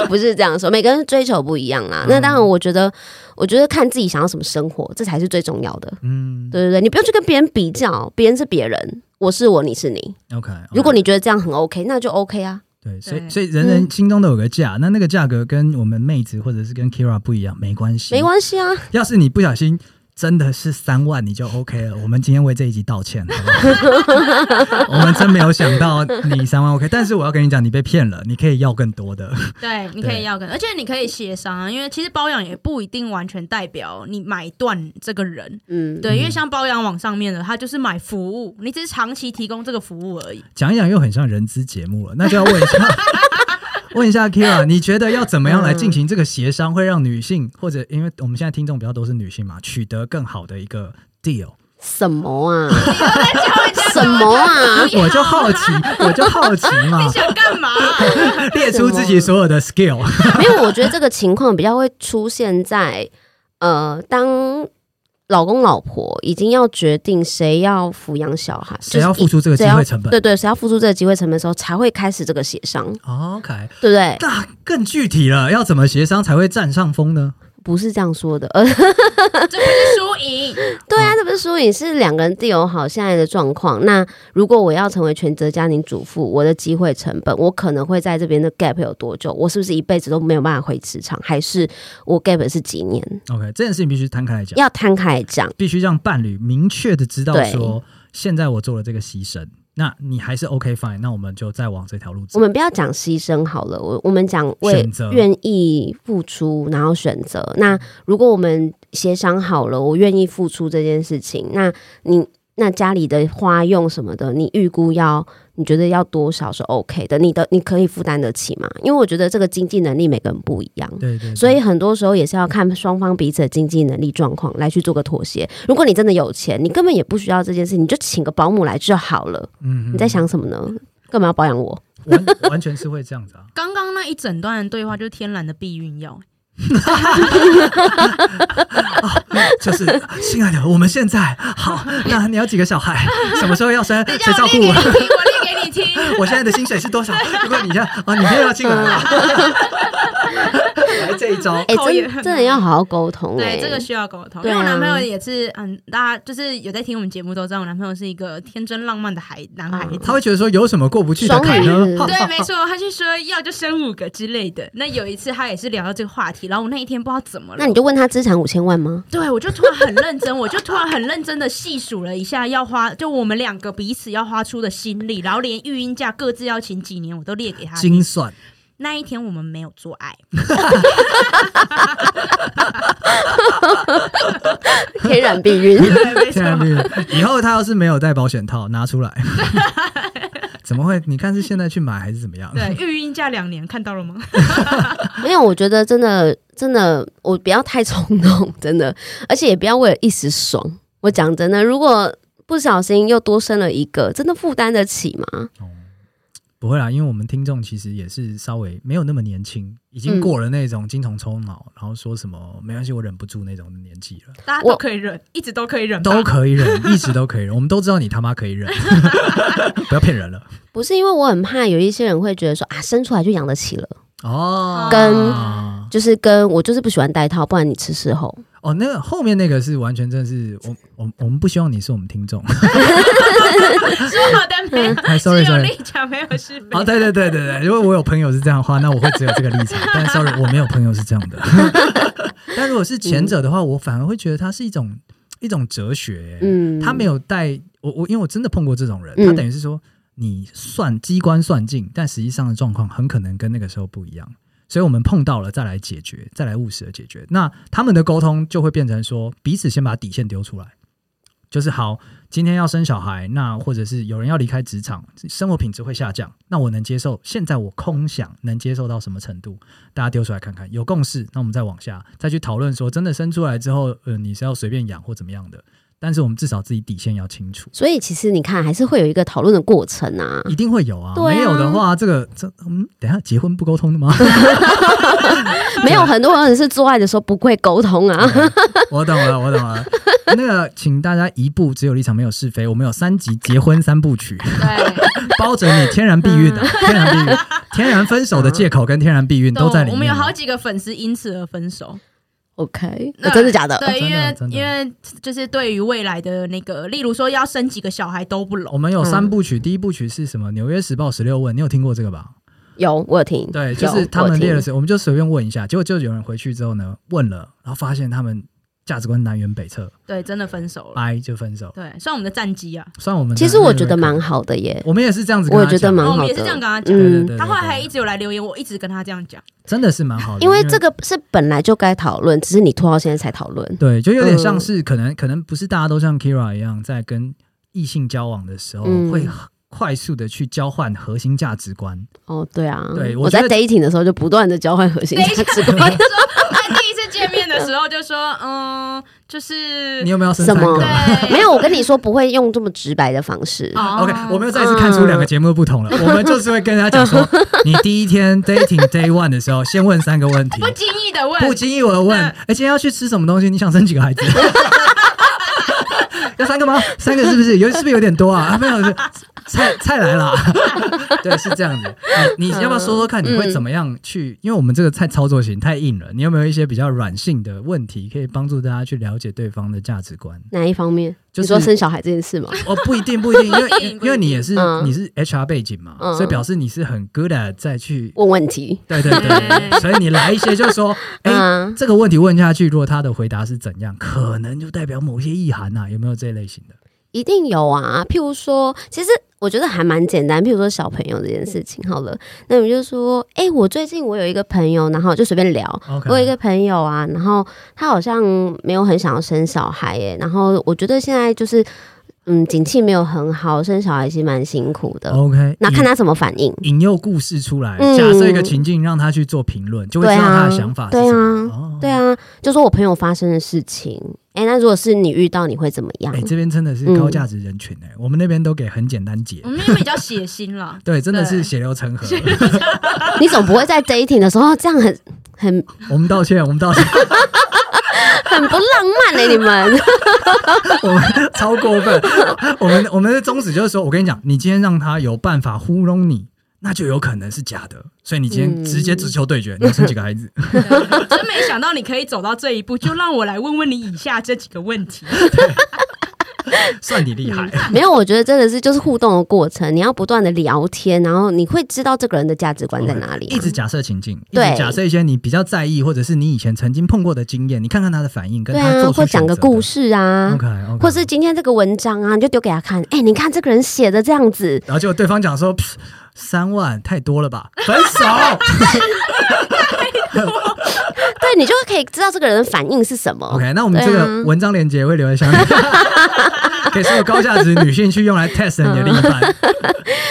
不是这样说，每个人追求不一样啦。那当嗯然，我觉得，我觉得看自己想要什么生活，这才是最重要的。嗯对对对，你不要去跟别人比较，别人是别人，我是我，你是你。 ，OK。如果你觉得这样很 OK，那就 OK 啊。对，所以对所以人人心中都有个价，嗯那那个价格跟我们妹子或者是跟 Kira 不一样，没关系，没关系啊，要是你不小心真的是三万，你就 OK 了。我们今天为这一集道歉，好不好？ [laughs] 我们真没有想到你三万 OK，但是我要跟你讲，你被骗了，你可以要更多的。对，你可以要跟，而且你可以协商啊，因为其实包养也不一定完全代表你买断这个人。嗯，对，因为像包养网上面的，它就是买服务，你只是长期提供这个服务而已。讲一讲又很像人资节目了，那就要问一 [laughs] 下，问一下 Kira，你觉得要怎么样来进行这个协商，会让女嗯性或者因为我们现在听众比较都是女性嘛，取得更好的一个 [laughs] deal？什么啊？什什么啊？ [laughs] 我就好奇，我就好奇嘛，想干嘛？列出自己所有的 skill。没有，我觉得这个情况比较会出现在呃，当老公老婆已经要决定谁要抚养小孩，谁要就是一付出这个机谁会要成本对对，谁要付出这个机会成本的时候，才会开始这个协商， ？OK，对不对？那更具体了，要怎么协商才会占上风呢？不是这样说的，呃，这不是输赢，对啊，这不是说也是两个人自由好现在的状况。那如果我要成为全职家庭主妇，我的机会成本，我可能会在这边的 gap 有多久？我是不是一辈子都没有办法回职场？还是我 gap 是几年？ OK，这件事情必须摊开来讲，要摊开来讲。必须让伴侣明确的知道对说，现在我做了这个牺牲，那你还是 OK fine，那我们就再往这条路走。我们不要讲牺牲好了，我我们讲为选择愿意付出，然后选择。那如果我们协商好了，我愿意付出这件事情，那你那家里的花用什么的，你预估要你觉得要多少是 OK 的？你的你可以负担得起吗？因为我觉得这个经济能力每个人不一样。对对对所以很多时候也是要看双方彼此的经济能力状况来去做个妥协。如果你真的有钱，你根本也不需要这件事，你就请个保姆来就好了。嗯，嗯你在想什么呢？干嘛要保养我？完 [laughs] 完全是会这样子啊。刚刚那一整段的对话就是天然的避孕药，就是啊亲爱的，我们现在好，那你要几个小孩？什么时候要生？谁照顾我？我列给你听。 [laughs] 我现在的薪水是多少？如果你要啊，你又要进来了，来这一招。哎、讨厌真真的要好好沟通、哎，对，这个需要沟通。因对为啊我男朋友也是，嗯，大家就是有在听我们节目都知道，我男朋友是一个天真浪漫的孩男孩子。他会觉得说有什么过不去的坎双呢鱼？哈 [laughs] 对，没错，他就说要就生五个之类的。那有一次他也是聊到这个话题，然后我那一天不知道怎么了，那你就问他资产五千万 [laughs] 吗？对，我就突然很认真，我就突然很认真的细数了一下，要花就我们两个彼此要花出的心力，然后连育婴假各自要请几年，我都列给他。精算，那一天我们没有做爱，天然避孕，没天然避孕。以后他要是没有带保险套，拿出来。怎么会？你看是现在去买还是怎么样？对，育婴假两年，看到了吗？没有，我觉得真的真的，我不要太冲动，真的，而且也不要为了一时爽。我讲真的，如果不小心又多生了一个，真的负担得起吗？不会啦，因为我们听众其实也是稍微没有那么年轻，已经过了那种精虫充脑，然后说什么没关系，我忍不住那种年纪了，大家都可以忍，一直都可以忍吧，都可以忍，一直都可以忍。我们都知道你他妈可以忍，不要骗人了不是因为我很怕有一些人会觉得说啊，生出来就养得起了，哦。跟啊就是跟我就是不喜欢戴套，不然你吃事后。哦，那个后面那个是完全真的是我我我们不希望你是我们听众。说好的 [laughs] 没有，哎，sorry 只有 sorry。立场没有是非哦，。对对对对对，如果我有朋友是这样的话，那我会只有这个立场。但 sorry，我没有朋友是这样的。但如果是前者的话，我反而会觉得它是一种一种哲学、嗯，他没有带我，我因为我真的碰过这种人，嗯他等于是说你算机关算尽，但实际上的状况很可能跟那个时候不一样，所以我们碰到了再来解决，再来务实的解决。那他们的沟通就会变成说，彼此先把底线丢出来，就是好，今天要生小孩，那或者是有人要离开职场，生活品质会下降，那我能接受，现在我空想能接受到什么程度，大家丢出来看看，有共识，那我们再往下再去讨论说，真的生出来之后，呃，你是要随便养或怎么样的。但是我们至少自己底线要清楚，所以其实你看，还是会有一个讨论的过程啊。一定会有啊。对啊没有的话，这个这嗯，等一下结婚不沟通的 [laughs] 吗？没嗯有很多人是做爱的时候不会沟通啊。 [laughs] 我懂了，我懂了。那个，请大家一步只有立场，没有是非。我们有三集结婚三部 [laughs] 曲，对，包准你天然避孕嗯的、天然避孕、天然分手的借口跟天然避孕都在里面。啊哎我们有好几个粉丝因此而分手。 OK，那真的假的？对，因为真的真的因为就是对于未来的那个，例如说要生几个小孩都不我拢。们有三部曲，嗯第一部曲是什么？《纽约时报》十六问，你有听过这个吧？有，我有听。对，就有是他我们有列了听谁，我们就随便问一下，结果就有人回去之后呢，问了，然后发现他们价值观南辕北辙对，真的分手了。 ，I 就分手。对，算我们的战绩啊。算我们的其实我觉那得个蛮好的耶，我们也是这样子跟我他也讲，觉得蛮哦我好们也的。是这样跟他讲对对嗯，对，他后来还对一直有来留言，我一直跟他这样讲。真的是蛮好的，因为这个是本来就该讨论，只是你拖到现在才讨论。对，就有点像嗯是可能可能不是大家都像 Kira 一样，在跟异性交往的时候嗯会很快速的去交换核心价值观，哦，对啊，对我我觉在得 dating 的时候就不断的交换核 [laughs] 心等一价下，值我观。就说他第一次见面的时候就说，嗯，就是你有没有生什三么个？对，啊没有，我跟你说不会用这么直白的方式。哦 OK，我们又再次嗯看出两个节目的不同了。我们就是会跟大家 [laughs] 讲说，你第一天 dating day one 的时候，先问三个问题，不经意的问，不经意我问，哎、今天要去吃什么东西？你想生几个孩子？ [laughs] 要三个吗？三个是不是有是不是有点多 [laughs] 啊？啊没有，是菜菜来了 [laughs] 啊，对，是这 [laughs] 样的。你你要不要说说看，你会怎么样去？因为我们这个菜操作型太硬了，你有没有一些比较软性的问题，可以帮助大家去了解对方的价值观？哪一方面？就你是说生小孩这件事 [laughs] 吗？哦，不一定，不一定，因为不一定因为你也是 [laughs] 嗯你是 HR 背景嘛，嗯所以表示你是很 good at 再去问问题。对 [laughs] 对对，所以你来一些就说，哎、嗯这个啊问题问下去，如果他的回答是怎样，可能就代表某些意涵呐、有没有这一类型的？一定有啊，譬如说，其实我觉得还蛮简单。譬如说小朋友这件事情，好了，那我就说，哎、我最近我有一个朋友，然后就随便聊。 OK，我有一个朋友啊，然后他好像没有很想要生小孩耶，然后我觉得现在就是，嗯，景气没有很好，生小孩其实蛮辛苦的。 OK，那看他怎么反应。引引诱故事出来，嗯假设一个情境让他去做评论，就会知道对啊他的想法是什么。对哦对啊，就说我朋友发生的事情。哎、那如果是你遇到，你会怎么样？哎、这边真的是嗯高价值人群哎、我们那边都给很简单解，，我们那边比较血腥啦 [laughs] 对，真的是对血流 [laughs] 成河。你总不会在 dating 的时候这样很很我们道歉，我们道歉，很不浪漫欸呢、你们我们 [laughs] 超过分。我们我们的宗旨就是说，我跟你讲，你今天让他有办法糊弄你，那就有可能是假的。所以你今天嗯直接只求对决，你要生几个孩子？ [laughs] 对真没想到你可以走到这一步，就让我来问问你以下这几个问题。算你厉害。 [laughs] 没有，我觉得真的是就是互动的过程，你要不断的聊天，然后你会知道这个人的价值观在哪里、啊一直假设情境，一对直假设一些你比较在意，或者是你以前曾经碰过的经验，你看看他的反应，跟对他啊，做出或讲个故事事啊 OK，, o k 或是今天这个文章啊，你就丢给他看。哎、你看这个人写的这样子，然后结果对方讲说噗三万太多了吧，分手。 [laughs] 对你就可以知道这个人的反应是什么。 OK，那我们这对个啊文章链接会留在 [laughs] 下面，给所有高价值女性去用来 test 你的另 [laughs] 一半。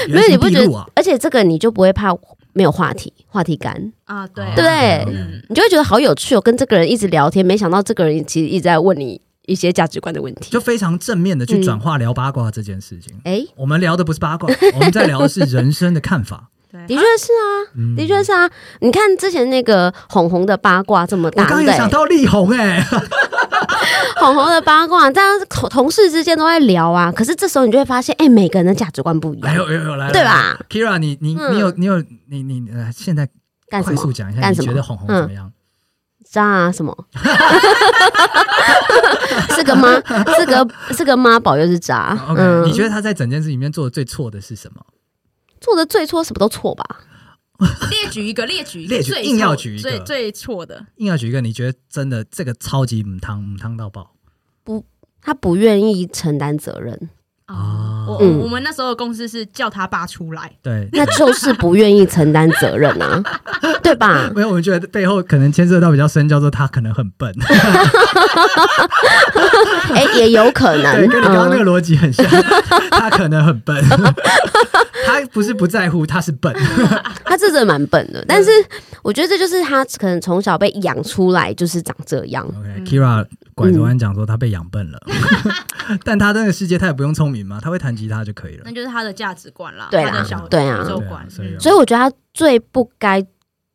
没有，你不觉原形毕得露啊？？而且这个你就不会怕没有话题，话题感，啊，对哦对啊不对？ OK，OK 嗯你就会觉得好有趣哦，跟这个人一直聊天，没想到这个人其实一直在问你一些价值观的问题。就非常正面的去转化聊八卦这件事情。哎，我们聊的不是 [laughs] 八卦，我们在聊的是人生的看法。的对，确是啊，嗯的确是啊。你看之前那个红红的八卦这么我大，刚刚对也不想对？到力宏哎、红红的八卦，大家同同事之间都在聊啊。可是这时候你就会发现，哎，每个人的价值观不一哎样，呦哎呦，来了对吧？Kira，你你嗯你有你有你你呃，现在干什快速么？讲一下，干你什么觉得红红怎么样？渣啊什么？是个 [laughs] 妈，是个是个妈宝又是渣嗯啊。OK，、你觉得他在整件事里面做的最错的是什么？做的最错，什么都错吧？列举一个，列举一列个，举最硬要错举一个最最错的，硬要举一个，你觉得真的这个超级母汤母汤到爆他不愿意承担责任，啊！我嗯我们那时候的公司是叫他爸出来，对，那就是不愿意承担责任啊，对 [laughs] 吧？没有，我们觉得背后可能牵涉到比较深，叫做他可能很笨， [laughs] 哎、也有可能对，，跟你刚刚那嗯个逻辑 [laughs] 很像，他可能很笨， [laughs] 他不是不在乎，他是笨， [laughs] 他这真的蛮笨的，但是嗯我觉得这就是他可能从小被养出来就是长这样。嗯 OK，Kira、拐着弯讲说他被养笨了， [laughs] 但他那个世界他也不用聪明嘛，他会弹吉他就可以了那。就是他的价值观啦，对啦他的小对啊宇宙对啊观，所以嗯所以我觉得他最不该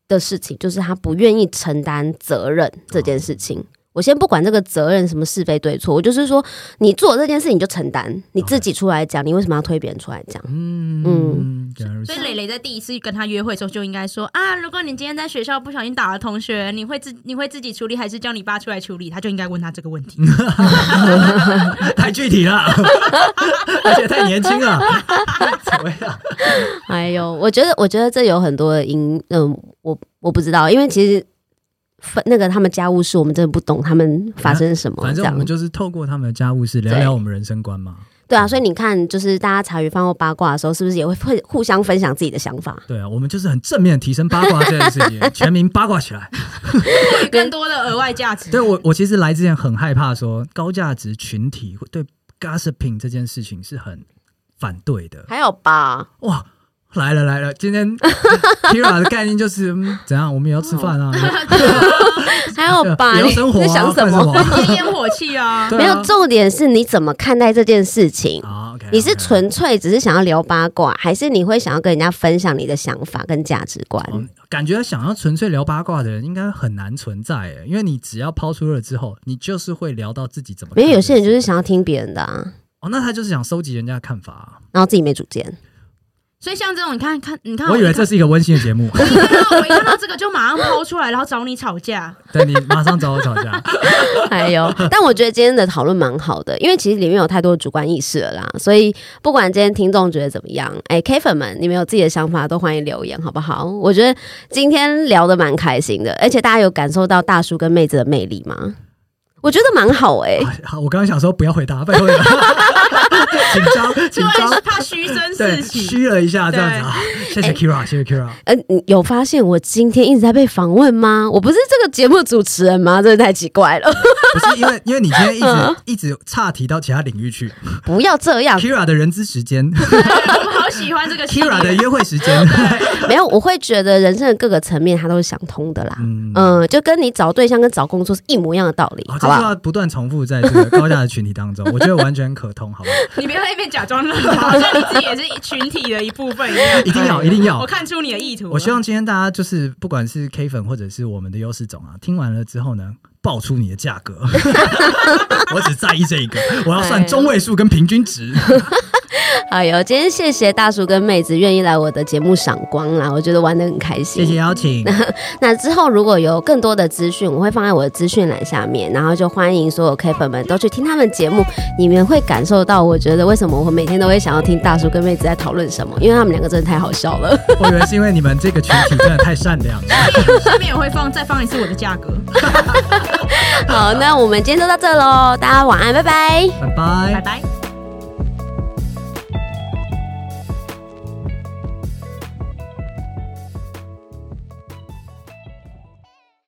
的事情就是他不愿意承担责任这件事情。我先不管这个责任什么是非对错，我就是说，你做这件事你就承担，你自己出来讲，你为什么要推别人出来讲？嗯，原来如此所以蕾蕾在第一次跟他约会的时候就应该说啊，如果你今天在学校不小心打了同学，你会自你会自己处理还是叫你爸出来处理？他就应该问他这个问题。太具体 [laughs] 了，而且太年轻了，怎么样？哎呦，我觉得，我觉得这有很多的因，嗯，我我不知道，因为其实分那个他们家务事，我们真的不懂他们发生什么反这正我样们。就是透过他们的家务事聊对聊我们人生观嘛。对啊，所以你看，就是大家茶余饭后八卦的时候，是不是也会会互相分享自己的想法？对啊，我们就是很正面地提升八卦这件事情，全民八卦起来。有更多的额外价值。对我，我其实来之前很害怕说高价值群体会对 gossiping 这件事情是很反对的。还有吧，哇，来了来了，今天 Kira 的概念就是、嗯、怎样，我们也要吃饭啊，还有哦吧， [laughs] 也要你生活、啊，在想干什什么？ [laughs] 么？一些烟火气啊，对啊没有，重点是你怎么看待这件事情？啊，OK，你是纯粹只是想要聊八卦，还是你会想要跟人家分享你的想法跟价值观？嗯感觉想要纯粹聊八卦的人应该很难存在耶，因为你只要抛出了之后，你就是会聊到自己怎么看没这有，件事。有些人就是想要听别人的啊，哦，那他就是想收集人家的看法啊、然后自己没主见。所以像这种，你看看，你看，我以为一这看是一个温馨的节目， [laughs] 一看到我一看到这个就马上抛出来，然后找你吵架。对你马上找我吵架。哎呦，但我觉得今天的讨论蛮好的，因为其实里面有太多主观意识了啦，所以不管今天听众觉得怎么样，哎，K 粉们，你们有自己的想法都欢迎留言，好不好？我觉得今天聊得蛮开心的，而且大家有感受到大叔跟妹子的魅力吗？我觉得蛮好哎、啊好，我刚刚想说不要回答，拜托你了。 [laughs] 紧张紧突然张，怕虚生对，事情，虚了一下这样子对啊。谢谢 Kira，谢谢 Kira。呃，你有发现我今天一直在被访问吗？我不是这个节目主持人吗？真的太奇怪 [laughs] 了，不是因为因为你今天一直一直岔题到其他领域去不要这样。 ，Kira 的人资时间我好喜欢这个系列，Kira 的约会时间，没有，我会觉得人生的各个层面它都是想通的啦。嗯嗯、就跟你找对象跟找工作是一模一样的道理，哦，好这句不好？话不断重复在这个高价的群体当中，我觉得完全可通，好吧？你不要在那边假装认同，好像你自己也是群体的一部分一样。一定要一定要我看出你的意图了。我希望今天大家就是不管是 K 粉或者是我们的优势种啊，听完了之后呢，报出你的价格。 [laughs] 我只在意这一个，我要算中位数跟平均值。哎呦，今天谢谢大叔跟妹子愿意来我的节目赏光啦，我觉得玩的很开心。谢谢邀请，那之后如果有更多的资讯，我会放在我的资讯栏下面，然后就欢迎所有 K 粉们都去听他们节目，你们会感受到，我觉得为什么我每天都会想要听大叔跟妹子在讨论什么，因为他们两个真的太好笑了。我以为是因为你们这个群体真的太善良了。下面我会放再放一次我的价格，好，那我们今天就到这喽，大家晚安，拜拜。拜拜拜。拜。